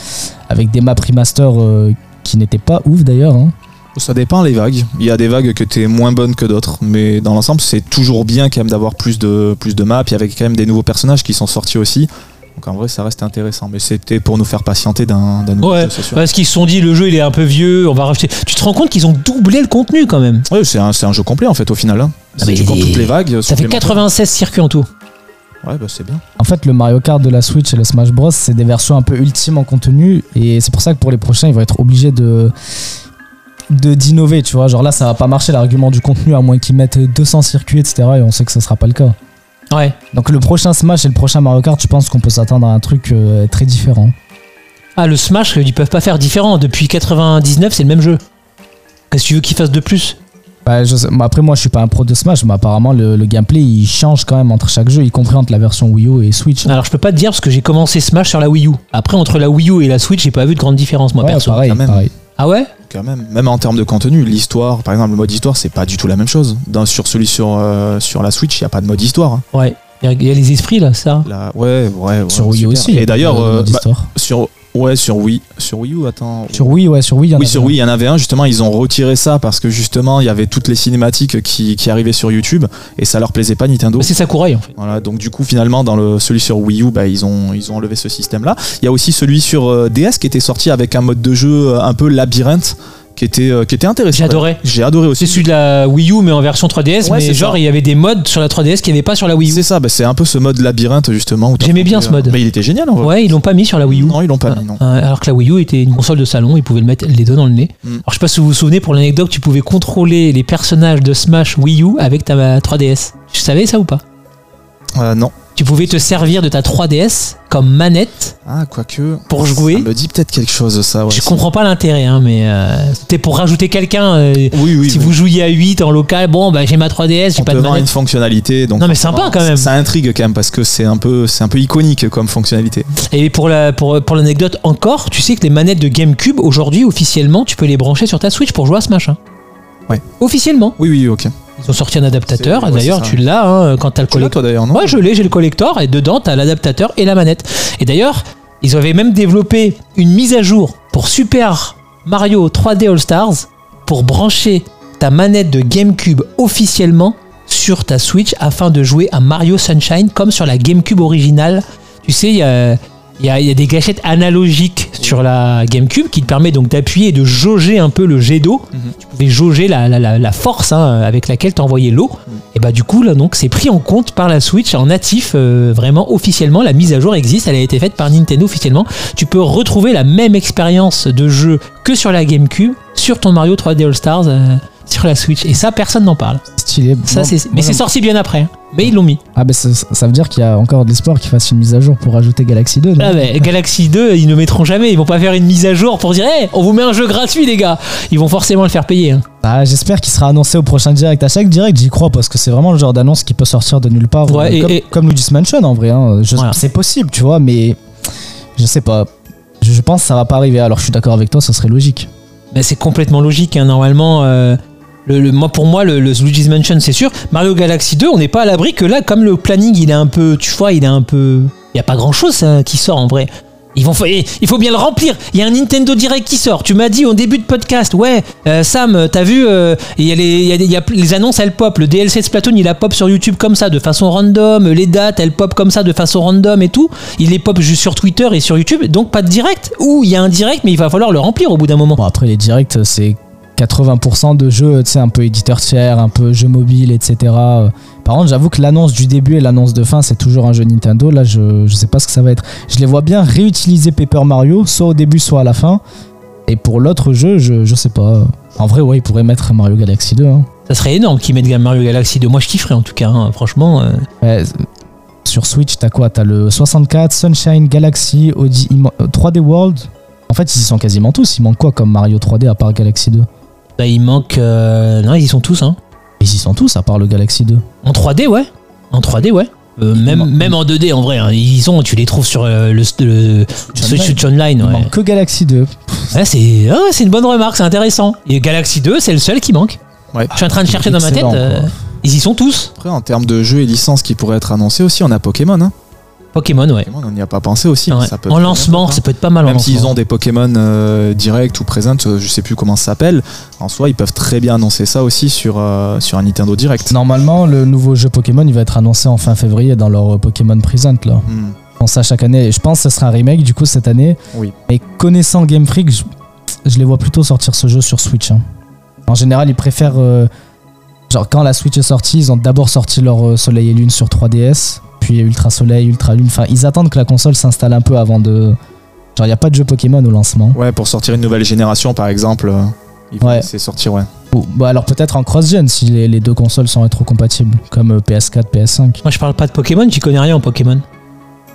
avec des maps remaster euh, qui n'étaient pas ouf d'ailleurs. hein.
Ça dépend les vagues. Il y a des vagues que t'es moins bonne que d'autres, mais dans l'ensemble, c'est toujours bien quand même d'avoir plus de, plus de maps. Il y avait quand même des nouveaux personnages qui sont sortis aussi. Donc en vrai, ça reste intéressant. Mais c'était pour nous faire patienter d'un d'un nouveau
Ouais,
jeu, c'est sûr.
parce qu'ils se sont dit, le jeu, il est un peu vieux, on va racheter. Tu te rends compte qu'ils ont doublé le contenu, quand même
Ouais, c'est un, c'est un jeu complet en fait au final. hein. Si
Ah
mais
tu comptes
il-
toutes les vagues.
Ça fait
supplémentaires.
96 circuits en tout.
Ouais, bah c'est bien.
En fait, le Mario Kart de la Switch et le Smash Bros, c'est des versions un peu ultimes en contenu. Et c'est pour ça que pour les prochains, ils vont être obligés de de- d'innover tu vois genre là ça va pas marcher l'argument du contenu à moins qu'ils mettent 200 circuits etc et on sait que ce sera pas le cas
Ouais.
donc le prochain Smash et le prochain Mario Kart je pense qu'on peut s'attendre à un truc euh, très différent
Ah, le Smash, ils peuvent pas faire différent. Depuis 99, c'est le même jeu. Qu'est-ce que tu veux qu'ils fassent de plus
Bah, je sais- mais après, moi, je suis pas un pro de Smash, mais apparemment, le, le gameplay il change quand même entre chaque jeu, y compris entre la version Wii U et Switch.
Alors je peux pas te dire parce que j'ai commencé Smash sur la Wii U. Après entre la Wii U et la Switch, j'ai pas vu de grande différence moi
ouais,
perso.
pareil,
quand même.
pareil.
Ah ouais
Quand même, même en termes de contenu, l'histoire, par exemple, le mode histoire, c'est pas du tout la même chose. Dans- sur celui sur, euh, sur la Switch, il n'y a pas de mode histoire. hein.
Ouais. Il y a- il y, a les esprits là, ça.
Là, ouais, ouais, ouais,
sur Wii U
super.
aussi.
Et d'ailleurs,
le- le
euh,
mode
bah,
histoire.
sur, ouais, sur Wii, sur Wii U, attends.
sur Wii, ouais, sur Wii, il
Ah,
y
bah,
en
oui,
a
sur
plein.
Wii, il y en avait un, justement, ils ont retiré ça parce que justement, il y avait toutes les cinématiques qui, qui arrivaient sur YouTube et ça leur plaisait pas Nintendo.
Bah, c'est Sakurai en fait.
Voilà, donc du coup, finalement, dans le, celui sur Wii U, bah, ils, ont, ils ont enlevé ce système-là. Il y a aussi celui sur euh, DS qui était sorti avec un mode de jeu euh, un peu labyrinthe qui était, euh, qui était intéressant.
J'ai adoré.
J'ai adoré
C'est
aussi.
celui de la Wii U mais en version 3DS.
Ouais,
mais
c'est
genre
ça.
il y avait des modes sur la 3DS qu'il n'y avait pas sur la Wii U.
C'est ça, bah, c'est un peu ce mode labyrinthe justement. où t'as
J'aimais bien
compris,
ce mode.
euh, Bah, il était génial en vrai.
Ouais, ils l'ont pas mis sur la Wii U.
Non, ils l'ont pas mis, non.
Euh, Alors que la Wii U était une console de salon, ils pouvaient le mettre les deux dans le nez.
Mm.
Alors je sais pas si vous vous souvenez, pour l'anecdote, tu pouvais contrôler les personnages de Smash Wii U avec ta euh, 3DS. Tu savais ça ou pas ah.
Euh, non.
Tu pouvais te servir de ta 3DS comme manette.
Ah, quoique.
Pour jouer.
Ça me dit peut-être quelque chose, ça. Ouais.
je comprends pas l'intérêt, hein, mais euh, c'était pour rajouter quelqu'un. euh,
Oui, oui.
si
mais
vous jouiez à 8 en local, bon, bah j'ai ma 3DS, j'ai
on
pas
te
de
vend une
manette.
fonctionnalité. Donc
Non, mais sympa,
vraiment,
quand même.
Ça intrigue quand même parce que c'est un peu, c'est un peu iconique comme fonctionnalité.
Et pour la pour, pour l'anecdote encore, tu sais que les manettes de GameCube aujourd'hui officiellement, tu peux les brancher sur ta Switch pour jouer à Smash. hein.
Ouais.
Officiellement,
Oui, oui, ok.
ils ont sorti un adaptateur.
C'est- ouais,
d'ailleurs,
c'est ça.
tu l'as hein, quand t'as le
Tu l'as,
collecteur.
toi d'ailleurs, non
Moi, je l'ai, j'ai le collector et dedans, t'as l'adaptateur et la manette. Et d'ailleurs, ils avaient même développé une mise à jour pour Super Mario 3D All Stars pour brancher ta manette de GameCube officiellement sur ta Switch afin de jouer à Mario Sunshine comme sur la GameCube originale. Tu sais, il y a, il y a- il y a des gâchettes analogiques sur la GameCube qui te permet donc d'appuyer et de jauger un peu le jet d'eau. Tu pouvais jauger la, la- la- la force hein, avec laquelle t'envoyais l'eau. Et bah du coup là donc c'est pris en compte par la Switch en natif euh, vraiment officiellement la mise à jour existe, elle a été faite par Nintendo officiellement. Tu peux retrouver la même expérience de jeu que sur la GameCube sur ton Mario 3D All Stars euh, sur la Switch et ça personne n'en parle.
Stylé.
Ça
Moi-
c'est
moi,
mais c'est
j'aime-
sorti bien après. hein. Mais ils l'ont mis.
Ah, bah, ça, ça veut dire qu'il y a encore de l'espoir qu'ils fassent une mise à jour pour ajouter Galaxy 2. non
Ah ouais, Galaxy 2, ils ne mettront jamais, ils vont pas faire une mise à jour pour dire "Eh, on vous met un jeu gratuit les gars." Ils vont forcément le faire payer. hein.
Ah, J'espère qu'il sera annoncé au prochain direct. À chaque direct, j'y crois parce que c'est vraiment le genre d'annonce qui peut sortir de nulle part.
Ouais,
Euh,
et-
comme,
et-
comme Luigi's Mansion en vrai. hein. Je-
Voilà.
C'est possible, tu vois, mais je sais pas. Je je pense que ça va pas arriver. Alors je suis d'accord avec toi, ça serait logique.
Ben, c'est complètement logique. hein. Normalement, euh, le, le- moi, pour moi, le, le Luigi's Mansion, c'est sûr. Mario Galaxy 2, on n'est pas à l'abri que là, comme le planning, il est un peu. Tu vois, il est un peu. Il n'y a pas grand chose qui sort en vrai. Ils vont, fa- eh, il faut bien le remplir. Il y a un Nintendo Direct qui sort. Tu m'as dit au début de podcast, ouais, euh, Sam, t'as vu, euh, il y a les, il y a des- il y a les annonces, elles pop. Le DLC de Splatoon, il a pop sur YouTube comme ça, de façon random. Les dates, elles pop comme ça, de façon random et tout. Il les pop juste sur Twitter et sur YouTube. Donc pas de direct. Ou il y a un direct, mais il va falloir le remplir au bout d'un moment.
Bon, après les directs, c'est 80% de jeux, tu sais, un peu éditeur tiers, un peu jeux mobile, etc. Euh, Par contre, j'avoue que l'annonce du début et l'annonce de fin, c'est toujours un jeu Nintendo. Là, je, je sais pas ce que ça va être. Je les vois bien réutiliser Paper Mario, soit au début, soit à la fin. Et pour l'autre jeu, je, je sais pas. En vrai, ouais, ils pourraient mettre Mario Galaxy 2. hein.
Ça serait énorme qu'ils mettent Mario Galaxy 2. Moi, je kifferais en tout cas, hein. franchement. euh.
Ouais, c'est- sur Switch, t'as quoi T'as le 64, Sunshine, Galaxy, Audi, il man- euh, 3D World. En fait, ils y sont quasiment tous. Il manque quoi comme Mario 3D à part Galaxy 2
Bah, il manque. euh, Non, ils y sont tous. Hein.
Ils y sont tous à part le Galaxy 2.
En 3D, ouais. En 3D, ouais. Euh, même,
manque-
même en 2D, en vrai. hein. Ils sont, tu les trouves sur euh, le, le Switch Online.
Il
ouais.
manque que Galaxy 2.
Ouais, c'est ah, c'est une bonne remarque, c'est intéressant. Et Galaxy 2, c'est le seul qui manque.
Ouais.
Je suis en train de chercher dans ma tête.
Excellent,
euh,
quoi.
Ils y sont tous.
Après, en termes de jeux et licences qui pourraient être annoncés aussi, on a Pokémon. Hein.
Pokémon, ouais.
Pokémon, on n'y a pas pensé aussi.
Ouais.
Ça peut
En
très bien
lancement,
faire, hein.
ça peut être pas mal. en
Même s'ils
lancement.
ont des Pokémon euh, direct ou présent, euh, je sais plus comment ça s'appelle, en soi, ils peuvent très bien annoncer ça aussi sur, euh, sur un Nintendo Direct.
Normalement, le nouveau jeu Pokémon, il va être annoncé en fin février dans leur euh, Pokémon Present. Là.
Hmm.
On pense à chaque année. Et Je pense que ce sera un remake du coup cette année.
Oui.
Mais connaissant Game Freak, je, je les vois plutôt sortir ce jeu sur Switch. hein. En général, ils préfèrent. euh, genre, quand la Switch est sortie, ils ont d'abord sorti leur euh, Soleil et Lune sur 3DS, puis Ultra Soleil, Ultra Lune. Enfin, ils attendent que la console s'installe un peu avant de. Genre, il n'y a pas de jeu Pokémon au lancement.
Ouais, pour sortir une nouvelle génération, par exemple, euh, ils vont
Ouais.
laisser sortir, ouais.
Ou- bah, alors, peut-être en cross-gen si les, les deux consoles sont rétrocompatibles, comme euh, PS4, PS5.
Moi, je parle pas de Pokémon, j'y connais rien en Pokémon.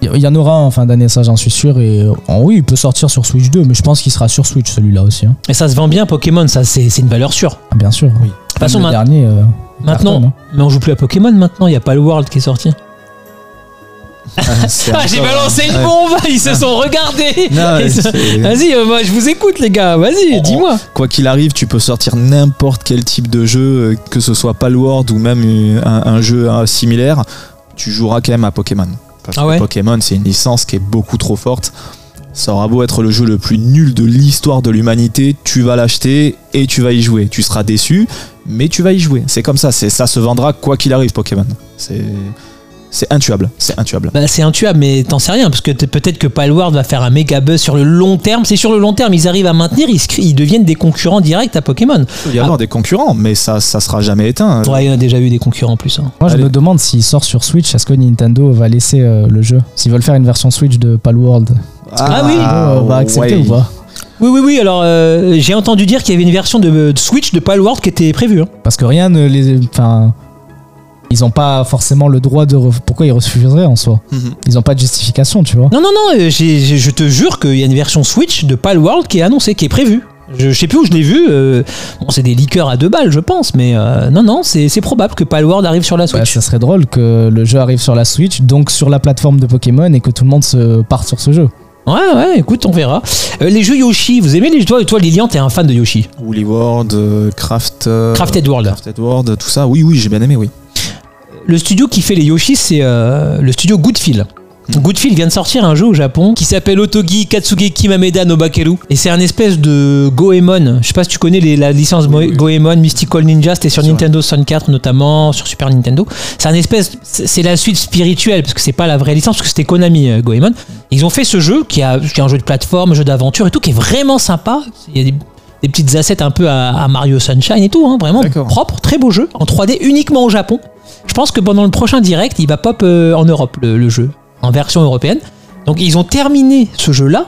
Il y en aura en fin d'année, ça j'en suis sûr. Et euh, en oui, il peut sortir sur Switch 2, mais je pense qu'il sera sur Switch celui-là aussi. hein. Ah,
Et ça se vend bien, Pokémon, ça, c'est c'est une valeur sûre.
Bien sûr.
toute façon,
le
ma-
dernier. euh,
maintenant,
cartonne, hein.
mais on joue plus à Pokémon maintenant, il n'y a pas le World qui est sorti.
C'est
Ah, j'ai
encore-
balancé une
Ouais.
bombe, ils se sont regardés.
Non, Oh. ouais,
Ils se-
c'est-
Vas-y, euh, moi je vous écoute les gars, vas-y,
On-
dis-moi.
Quoi qu'il arrive, tu peux sortir n'importe quel type de jeu, euh, que ce soit Palworld ou même euh, un, un jeu euh, similaire, tu joueras quand même à Pokémon. Parce
Ah
que
ouais
Pokémon, c'est une licence qui est beaucoup trop forte. Ça aura beau être le jeu le plus nul de l'histoire de l'humanité, tu vas l'acheter et tu vas y jouer. Tu seras déçu, mais tu vas y jouer. C'est comme ça, c'est ça se vendra quoi qu'il arrive Pokémon. C'est c'est intuable, c'est intuable.
Bah, c'est intuable, mais t'en sais rien, parce que t'es- peut-être que Palward va faire un méga buzz sur le long terme. C'est sur le long terme, ils arrivent à maintenir, ils, se créent- ils deviennent des concurrents directs à Pokémon.
Il peut y avoir des concurrents, mais ça ça sera jamais éteint.
Ouais, il y en a déjà eu des concurrents en plus. hein.
Moi, je
Allez.
me demande s'il sort sur Switch, est-ce que Nintendo va laisser euh, le jeu S'ils veulent faire une version Switch de Palworld,
Ah oui.
Nintendo, euh, va accepter
ouais.
ou pas
Oui, oui, oui, alors euh, j'ai entendu dire qu'il y avait une version de, de Switch de Palward qui était prévue. hein.
Parce que rien ne les. Enfin. Ils n'ont pas forcément le droit de. ref- Pourquoi ils refuseraient en soi
Mhm.
Ils n'ont pas de justification, tu vois.
Non, non, non, euh, j'ai- j'ai- je te jure qu'il y a une version Switch de Palworld qui est annoncée, qui est prévue. Je, je sais plus où je l'ai vu. euh, bon, c'est des liqueurs à deux balles, je pense, mais euh, non, non, c'est c'est probable que Palworld arrive sur la
Bah,
Switch.
ça serait drôle que le jeu arrive sur la Switch, donc sur la plateforme de Pokémon, et que tout le monde se parte sur ce jeu.
ouais, ouais, écoute, on verra. Euh, les jeux Yoshi, vous aimez les jeux Toi, toi Lilian, t'es un fan de Yoshi.
Woolly World, euh, Craft, euh,
Crafted World.
Crafted World, tout ça. Oui, oui, j'ai bien aimé, oui.
Le studio qui fait les Yoshi, c'est euh, le studio Goodfield.
Hmm.
Goodfield vient de sortir un jeu au Japon qui s'appelle Otogi Katsugeki Mameda no Bakeru. Et c'est un espèce de Goemon. Je sais pas si tu connais les- la licence Mo-
Oui, oui.
Goemon, Mystical Ninja, c'était sur
Sur-
Nintendo 64 notamment, sur Super Nintendo. C'est un espèce, c'est c'est la suite spirituelle parce que c'est pas la vraie licence parce que c'était Konami euh, Goemon. Ils ont fait ce jeu qui, a, qui est un jeu de plateforme, un jeu d'aventure et tout, qui est vraiment sympa. Il y a des, des petites assets un peu à, à Mario Sunshine et tout, hein, vraiment
D'accord.
propre, très beau jeu, en 3D uniquement au Japon. Je pense que pendant le prochain direct, il va pop euh, en Europe le, le jeu, en version européenne. Donc ils ont terminé ce jeu-là,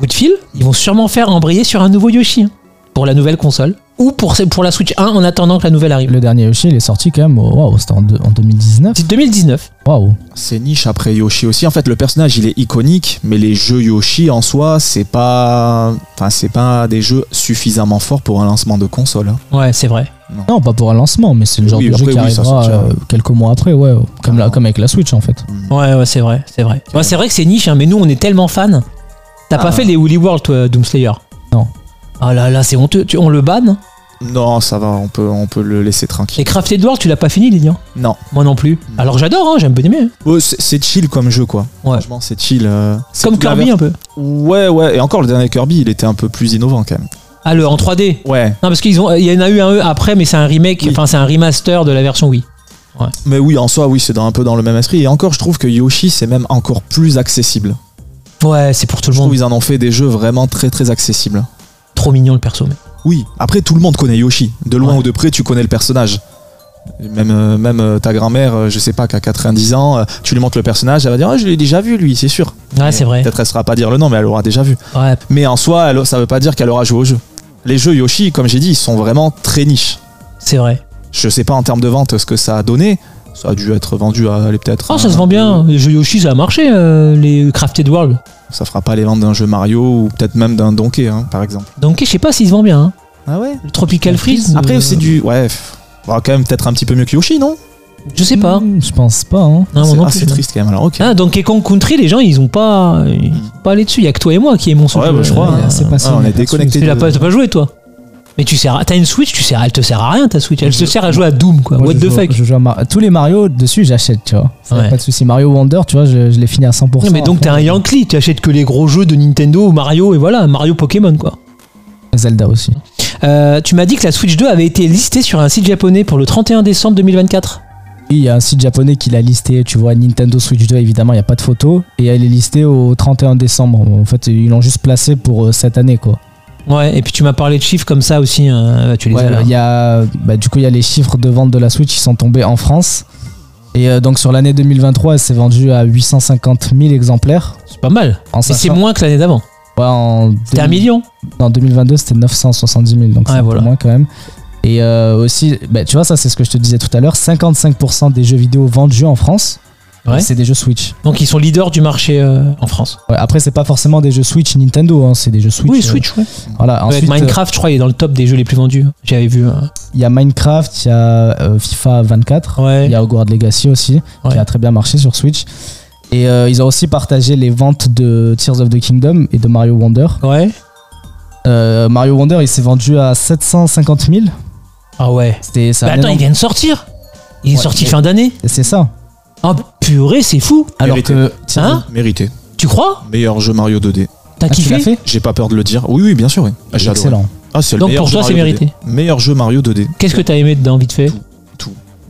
Goodfield, ils vont sûrement faire embrayer sur un nouveau Yoshi hein, pour la nouvelle console ou pour, pour la Switch 1 en attendant que la nouvelle arrive.
Le dernier Yoshi, il est sorti quand même, au- waouh, c'était en, deux- en 2019.
C'est 2019.
Waouh.
C'est niche après Yoshi aussi. En fait, le personnage, il est iconique, mais les jeux Yoshi en soi, c'est pas, enfin, c'est pas des jeux suffisamment forts pour un lancement de console. hein.
Ouais, c'est vrai.
Non, pas pour un lancement, mais c'est le genre
Oui,
de
après,
jeu qui
oui, ça
arrivera
sortira. Ah.
euh, quelques mois après, ouais, comme, la, comme avec la Switch en fait.
Ouais, ouais, c'est vrai, c'est vrai. Ouais, c'est vrai que c'est niche, hein, mais nous, on est tellement fans. T'as pas
Ah.
fait les Woolly World, toi, Doomslayer
Non.
Ah là là, c'est honteux. Tu- on le hein banne.
Non, ça va, on peut, on peut le laisser tranquille.
Et Crafted World, tu l'as pas fini, Lilian
Non,
Moi non plus.
Mm.
Alors j'adore, hein, j'aime bien aimer. hein.
Oh, c'est c'est chill comme jeu, quoi.
Ouais.
Franchement, c'est chill. euh, c'est
Comme
toute la
Kirby
ver-
un peu.
Ouais, ouais. Et encore le dernier Kirby, il était un peu plus innovant quand même.
Ah, le en 3D.
Ouais.
Non, parce qu'ils ont, il y en a eu un E après, mais c'est un remake,
Oui.
enfin c'est un remaster de la version Wii.
Mais oui, en soi, oui, c'est dans- un peu dans le même esprit. Et encore, je trouve que Yoshi, c'est même encore plus accessible.
Ouais, c'est pour tout le
Je
monde.
trouve qu'ils en ont fait des jeux vraiment très très accessibles.
Trop mignon le perso. mais.
Oui, après tout le monde connaît Yoshi. De loin
Ouais.
ou de près, tu connais le personnage. Même, euh, même euh, ta grand-mère, euh, je sais pas, qui a 90 ans, euh, tu lui montres le personnage, elle va dire Ah, Je l'ai déjà vu, lui, Ah, c'est sûr.
Ouais, c'est vrai.
Peut-être elle saura pas dire le nom, mais elle aura déjà vu.
Ouais.
Mais en soi, elle- ça veut pas dire qu'elle aura joué au jeu. Les jeux Yoshi, comme j'ai dit, ils sont vraiment très niches.
C'est vrai.
Je sais pas en termes de vente ce que ça a donné. Ça a dû être vendu à aller peut-être.
Ah, ça
un-
se vend bien. Les jeux Yoshi, ça a marché, euh, les Crafted World.
Ça fera pas les ventes d'un jeu Mario ou peut-être même d'un Donkey, hein, par exemple.
Donc, je sais pas s'il se vend bien. hein.
Ah ouais
Le Tropical Freeze.
Après,
euh,
c'est du. Ouais. pff, bah, quand même, peut-être un petit peu mieux que Yoshi, non
Je sais pas.
Hmm, Je pense pas, hein.
Non, moi
C'est-
non
ah,
plus,
c'est
non.
triste quand même, alors ok.
Ah, Donkey Kong Country, les gens, ils ont pas, ils sont pas allé dessus. Il y a que toi et moi qui aimons ce
Ouais,
jeu.
bah, je crois,
Euh,
hein.
C'est passé.
Ah, on est
inaperçu.
déconnecté.
Tu l'as
de-
pas, t'as pas joué, toi. Mais tu sers, à- t'as une Switch, tu sers, elle te sert à rien ta Switch. Elle se sert à jouer à Doom, quoi.
Moi,
What
je
the
joue-
fuck.
je joue à Mar- Tous les Mario dessus, j'achète, tu vois. Ça, y a
Ouais.
Pas de souci. Mario Wonder, tu vois, je, je l'ai fini à 100%.
Non, mais donc
Après,
t'es un Yankee, tu achètes que les gros jeux de Nintendo, Mario et voilà, Mario Pokémon quoi.
Zelda aussi.
Euh, tu m'as dit que la Switch 2 avait été listée sur un site japonais pour le 31 décembre 2024.
Oui, il y a un site japonais qui l'a listé, tu vois, Nintendo Switch 2, évidemment, il n'y a pas de photo. Et elle est listée au 31 décembre. En fait, ils l'ont juste placée pour euh, cette année, quoi.
Ouais, et puis tu m'as parlé de chiffres comme ça aussi, hein, tu les as
Ouais,
là.
il y a, bah, du coup, il y a les chiffres de vente de la Switch qui sont tombés en France. Et euh, donc, sur l'année 2023, elle s'est vendue à 850 000 exemplaires.
C'est pas mal.
En
Mais c'est
sachant-
moins que l'année d'avant.
ouais, en
C'était un
2000
million.
En 2022, c'était 970 000, donc
Ouais,
c'est un peu
voilà.
moins quand même. Et euh, aussi, bah, tu vois, ça c'est ce que je te disais tout à l'heure, 55% des jeux vidéo vendus en France
Ouais.
C'est des jeux Switch.
Donc ils sont leaders du marché euh, en France.
Ouais, après, c'est pas forcément des jeux Switch Nintendo, hein, c'est des jeux Switch.
oui,
euh,
Switch, ouais.
voilà.
Ouais,
Ensuite, euh,
Minecraft, je crois, il est dans le top des jeux les plus vendus. J'avais vu. hein.
il y a Minecraft, il y a euh, FIFA 24,
Ouais.
il y a Hogwarts Legacy aussi,
Ouais.
qui a très bien marché sur Switch. Et euh, ils ont aussi partagé les ventes de Tears of the Kingdom et de Mario Wonder.
Ouais.
Euh, Mario Wonder, il s'est vendu à 750 000.
Ah ouais.
C'était c'est
Bah
un
attends, il
énorme-
vient de sortir. Il est
Ouais,
sorti
mais-
fin d'année.
C'est ça.
Ah purée, c'est fou.
Alors
Mérité.
que
Hein
Mérité.
Tu crois
Meilleur jeu Mario 2D.
T'as
Ah, tu
kiffé
l'as fait
J'ai pas peur de le dire. Oui, oui, bien sûr, oui. Ah, j'ai adoré.
Excellent.
Ah, c'est le
Donc,
meilleur
pour
jeu
toi, c'est
Mario
mérité.
2D. Meilleur jeu Mario 2D.
Qu'est-ce que t'as aimé dedans, vite fait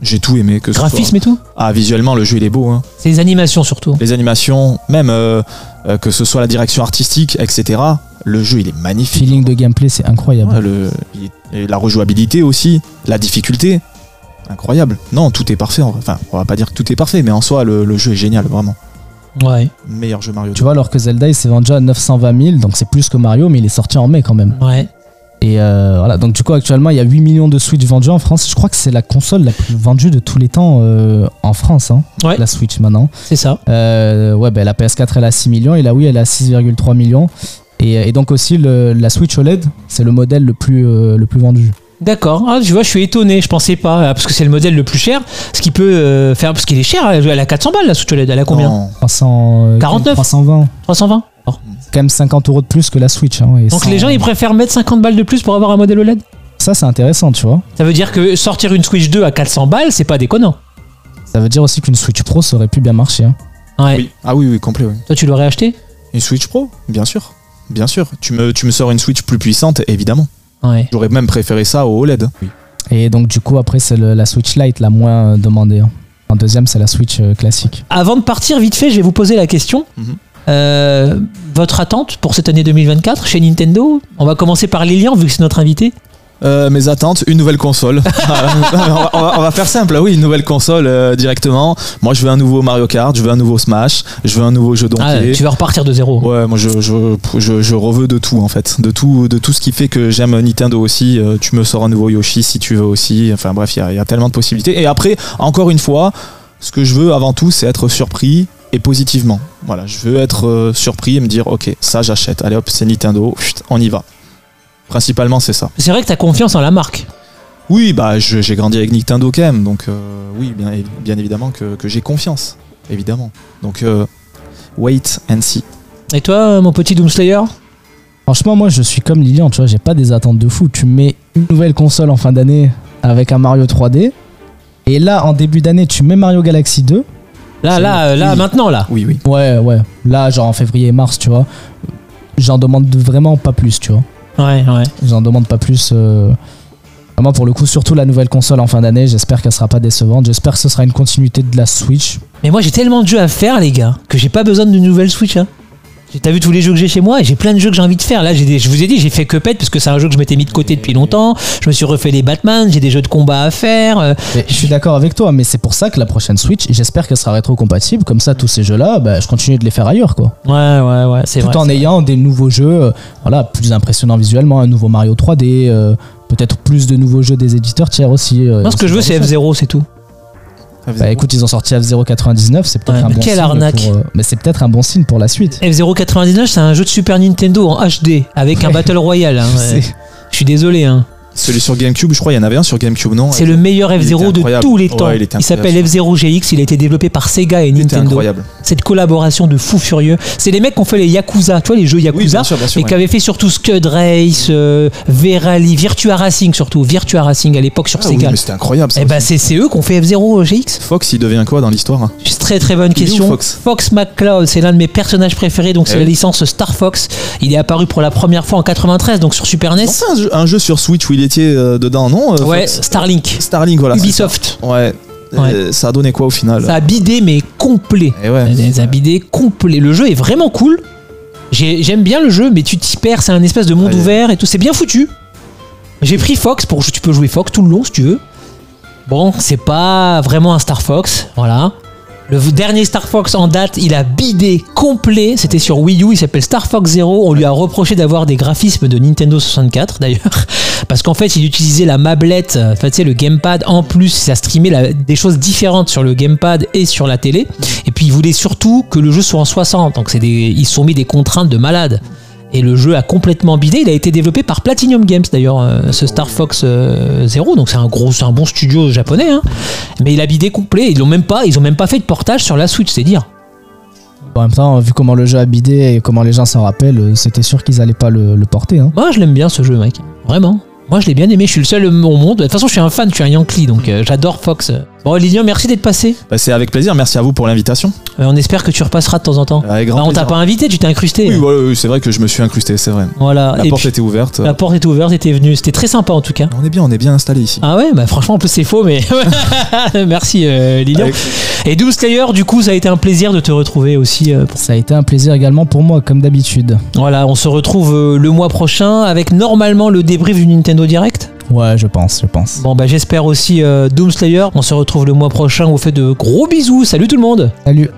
J'ai tout aimé. Que ce
Graphisme et tout
soit- Ah, visuellement, le jeu, il est beau. Hein.
C'est les animations surtout.
Les animations, même euh, euh, que ce soit la direction artistique, etc. Le jeu, il est magnifique.
Feeling de gameplay, c'est incroyable.
Ouais, le- il- et la rejouabilité aussi, la difficulté. Incroyable. Non, tout est parfait. en vrai. Enfin, on va pas dire que tout est parfait, mais en soi, le, le jeu est génial, vraiment.
Ouais.
Meilleur jeu Mario.
Tu vois, alors que Zelda, il s'est vendu à 920 000, donc c'est plus que Mario, mais il est sorti en mai quand même.
Ouais.
Et euh, voilà, donc du coup, actuellement, il y a 8 millions de Switch vendus en France. Je crois que c'est la console la plus vendue de tous les temps euh, en France, hein,
Ouais.
la Switch maintenant.
C'est ça.
Euh, ouais, ben la PS4, elle a 6 millions, et la Wii, elle a 6,3 millions. Et, et donc aussi, le- la Switch OLED, c'est le modèle le plus, euh, le plus vendu.
D'accord. Ah, tu vois, je suis étonné. Je pensais pas. euh, Parce que c'est le modèle le plus cher. Ce qui peut euh, faire. Parce qu'il est cher. Elle a 400 balles, la Switch OLED. Elle a combien
Non.
300, euh,
49.
320.
320 Alors,
C'est quand même 50 euros de plus que la Switch. hein, et
Donc
sans-
les gens, ils préfèrent mettre 50 balles de plus pour avoir un modèle OLED
Ça, c'est intéressant, tu vois.
Ça veut dire que sortir une Switch 2 à 400 balles, c'est pas déconnant.
Ça veut dire aussi qu'une Switch Pro, ça aurait pu bien marcher. hein.
Ouais.
Oui. Ah oui, oui, complet, oui.
Toi, tu l'aurais acheté
Une Switch Pro, bien sûr. Bien sûr. Tu me, tu me sors une Switch plus puissante, évidemment.
Ouais.
J'aurais même préféré ça au E OLED.
Et donc, du coup, après, c'est le- la Switch Lite la moins euh, demandée. hein. En deuxième, c'est la Switch euh, classique.
Avant de partir, vite fait, je vais vous poser la question.
Mhm.
Euh, votre attente pour cette année 2024 chez Nintendo On va commencer par Lilian, vu que c'est notre invité.
Euh, mes attentes, une nouvelle console. Voilà. on, va, on va- on va faire simple, oui, une nouvelle console euh, directement. Moi, je veux un nouveau Mario Kart, je veux un nouveau Smash, je veux un nouveau jeu
Ah,
d'oncle.
tu vas repartir de zéro.
Ouais, moi je, je, je, je reveux de tout en fait, de tout, de tout ce qui fait que j'aime Nintendo aussi. Euh, tu me sors un nouveau Yoshi si tu veux aussi. Enfin bref, il y a- il y, a tellement de possibilités. Et après, encore une fois, ce que je veux avant tout, c'est être surpris et positivement. Voilà, je veux être euh, surpris et me dire, ok, ça j'achète. Allez hop, c'est Nintendo, Chut, on y va. Principalement, c'est ça.
C'est vrai que t'as confiance en la marque.
Oui, bah je- j'ai grandi avec Nintendo quand même, donc euh, oui, bien, bien évidemment que, que j'ai confiance, évidemment. Donc euh, wait and see.
Et toi, mon petit Doomslayer
Franchement, moi, je suis comme Lilian, tu vois, j'ai pas des attentes de fou. Tu mets une nouvelle console en fin d'année avec un Mario 3D. Et là, en début d'année, tu mets Mario Galaxy 2.
Là,
C'est-
là, euh, là,
oui.
maintenant, là.
Oui, oui.
Ouais, ouais. Là, genre en février et mars, tu vois. J'en demande vraiment pas plus, tu vois.
Ouais, ouais.
J'en demande pas plus. euh, Vraiment, pour le coup, surtout la nouvelle console en fin d'année, j'espère qu'elle sera pas décevante. J'espère que ce sera une continuité de la Switch.
Mais moi, j'ai tellement de jeux à faire, les gars, que j'ai pas besoin d'une nouvelle Switch. Hein. J'ai- T'as vu tous les jeux que j'ai chez moi et j'ai plein de jeux que j'ai envie de faire. Là, j'ai des, je vous ai dit, j'ai fait que pète parce que c'est un jeu que je m'étais mis de côté depuis longtemps. Je me suis refait les Batman, j'ai des jeux de combat à faire. euh,
Et je suis d'accord avec toi, mais c'est pour ça que la prochaine Switch, j'espère qu'elle sera rétro-compatible. Comme ça, tous ces jeux-là, bah, je continue de les faire ailleurs, quoi.
Ouais, ouais, ouais, c'est
Tout
vrai.
en
c'est
ayant des nouveaux jeux, euh, voilà, plus impressionnants visuellement, un nouveau Mario 3D, euh, peut-être plus de nouveaux jeux des éditeurs tiers aussi. euh,
vrai. Moi, ce que je veux,
genre
c'est
de choses.
F0, c'est tout.
Bah écoute, ils ont sorti F099, c'est peut-être
Ouais,
un
mais
bon
quelle
signe
arnaque.
pour, euh, mais c'est peut-être un bon signe pour la suite.
F099, c'est un jeu de Super Nintendo en HD avec un
Ouais.
Battle Royale. hein, ouais.
C'est-
Je suis désolé. Hein.
Celui sur GameCube, je crois, il y en avait un sur GameCube, non
C'est le meilleur F0
il était
de
incroyable.
tous les temps.
Ouais, il
il
était
s'appelle F0GX. Il a été développé par Sega et
Il était
Nintendo.
incroyable.
Cette collaboration de fous furieux. C'est les mecs qui ont fait les Yakuza. Tu vois, les jeux Yakuza.
sûr, bien
et qui avait fait surtout Scud Race, euh, V-Rally, Virtua Racing surtout, Virtua Racing à l'époque sur
Ah oui,
Sega.
mais c'était incroyable ça.
et ben c'est c'est eux qu'on fait F0 GX.
Fox, il devient quoi dans l'histoire hein
C'est Très très bonne
Il est où,
question.
Fox
McCloud, c'est l'un de mes personnages préférés, donc
Eh
c'est la
oui.
licence Star Fox. Il est apparu pour la première fois en 93, donc sur Super NES.
Non, c'est un, jeu- un jeu sur Switch où il était euh, dedans, non euh,
ouais,
Fox
Starlink,
Starlink, voilà.
Ubisoft.
Ouais. Euh, ça a donné quoi au final
Ça a bidé mais complet.
Eh ouais.
Ça a bidé complet. Le jeu est vraiment cool. J'ai- J'aime bien le jeu, mais tu t'y perds. C'est un espèce de monde
Ouais.
ouvert et tout. C'est bien foutu. J'ai pris Fox pour tu peux jouer Fox tout le long si tu veux. Bon, c'est pas vraiment un Star Fox, voilà. Le v- dernier Star Fox en date, il a bidé complet. C'était sur Wii U. Il s'appelle Star Fox Zero. On lui a reproché d'avoir des graphismes de Nintendo 64 d'ailleurs, parce qu'en fait, il utilisait la mablette, euh, enfin, tu sais, le gamepad en plus. Ça streamait la- des choses différentes sur le gamepad et sur la télé. Et puis, il voulait surtout que le jeu soit en 60. Donc, c'est des, ils se sont mis des contraintes de malade. Et le jeu a complètement bidé. Il a été développé par Platinum Games d'ailleurs, euh, ce Star Fox euh, Zero. Donc c'est un gros, c'est un bon studio japonais. hein. Mais il a bidé complet. Ils l'ont même pas, ils ont même pas fait de portage sur la Switch, c'est dire.
En même temps, vu comment le jeu a bidé et comment les gens s'en rappellent, euh, c'était sûr qu'ils allaient pas le, le porter. hein.
Moi, je l'aime bien ce jeu, mec. Vraiment. Moi, je l'ai bien aimé. Je suis le seul au monde. De toute façon, je suis un fan. Je suis un Yankee, donc euh, j'adore Fox. Bon, Lilian, merci d'être passé.
Bah, c'est avec plaisir, merci à vous pour l'invitation.
Euh, on espère que tu repasseras de temps en temps.
Avec
Bah,
Euh, grand
on t'a
plaisir.
pas invité, tu t'es incrusté.
Oui, voilà, oui, c'est vrai que je me suis incrusté, c'est vrai.
Voilà.
La
Et
porte
puis,
était euh, ouverte.
la porte était ouverte, t'étais venu. C'était très sympa en tout cas.
On est bien, on est bien installé ici.
Ah ouais, bah franchement, en plus c'est faux, mais merci euh, Lilian.
Avec-
Et Doom Slayer, du coup, ça a été un plaisir de te retrouver aussi. euh, pour-
Ça a été un plaisir également pour moi, comme d'habitude.
Voilà, on se retrouve euh, le mois prochain avec normalement le débrief du Nintendo Direct.
Ouais, je pense, je pense.
Bon, bah j'espère aussi euh, Doom Slayer. On se retrouve le mois prochain. On vous fait de gros bisous. Salut tout le monde.
Salut.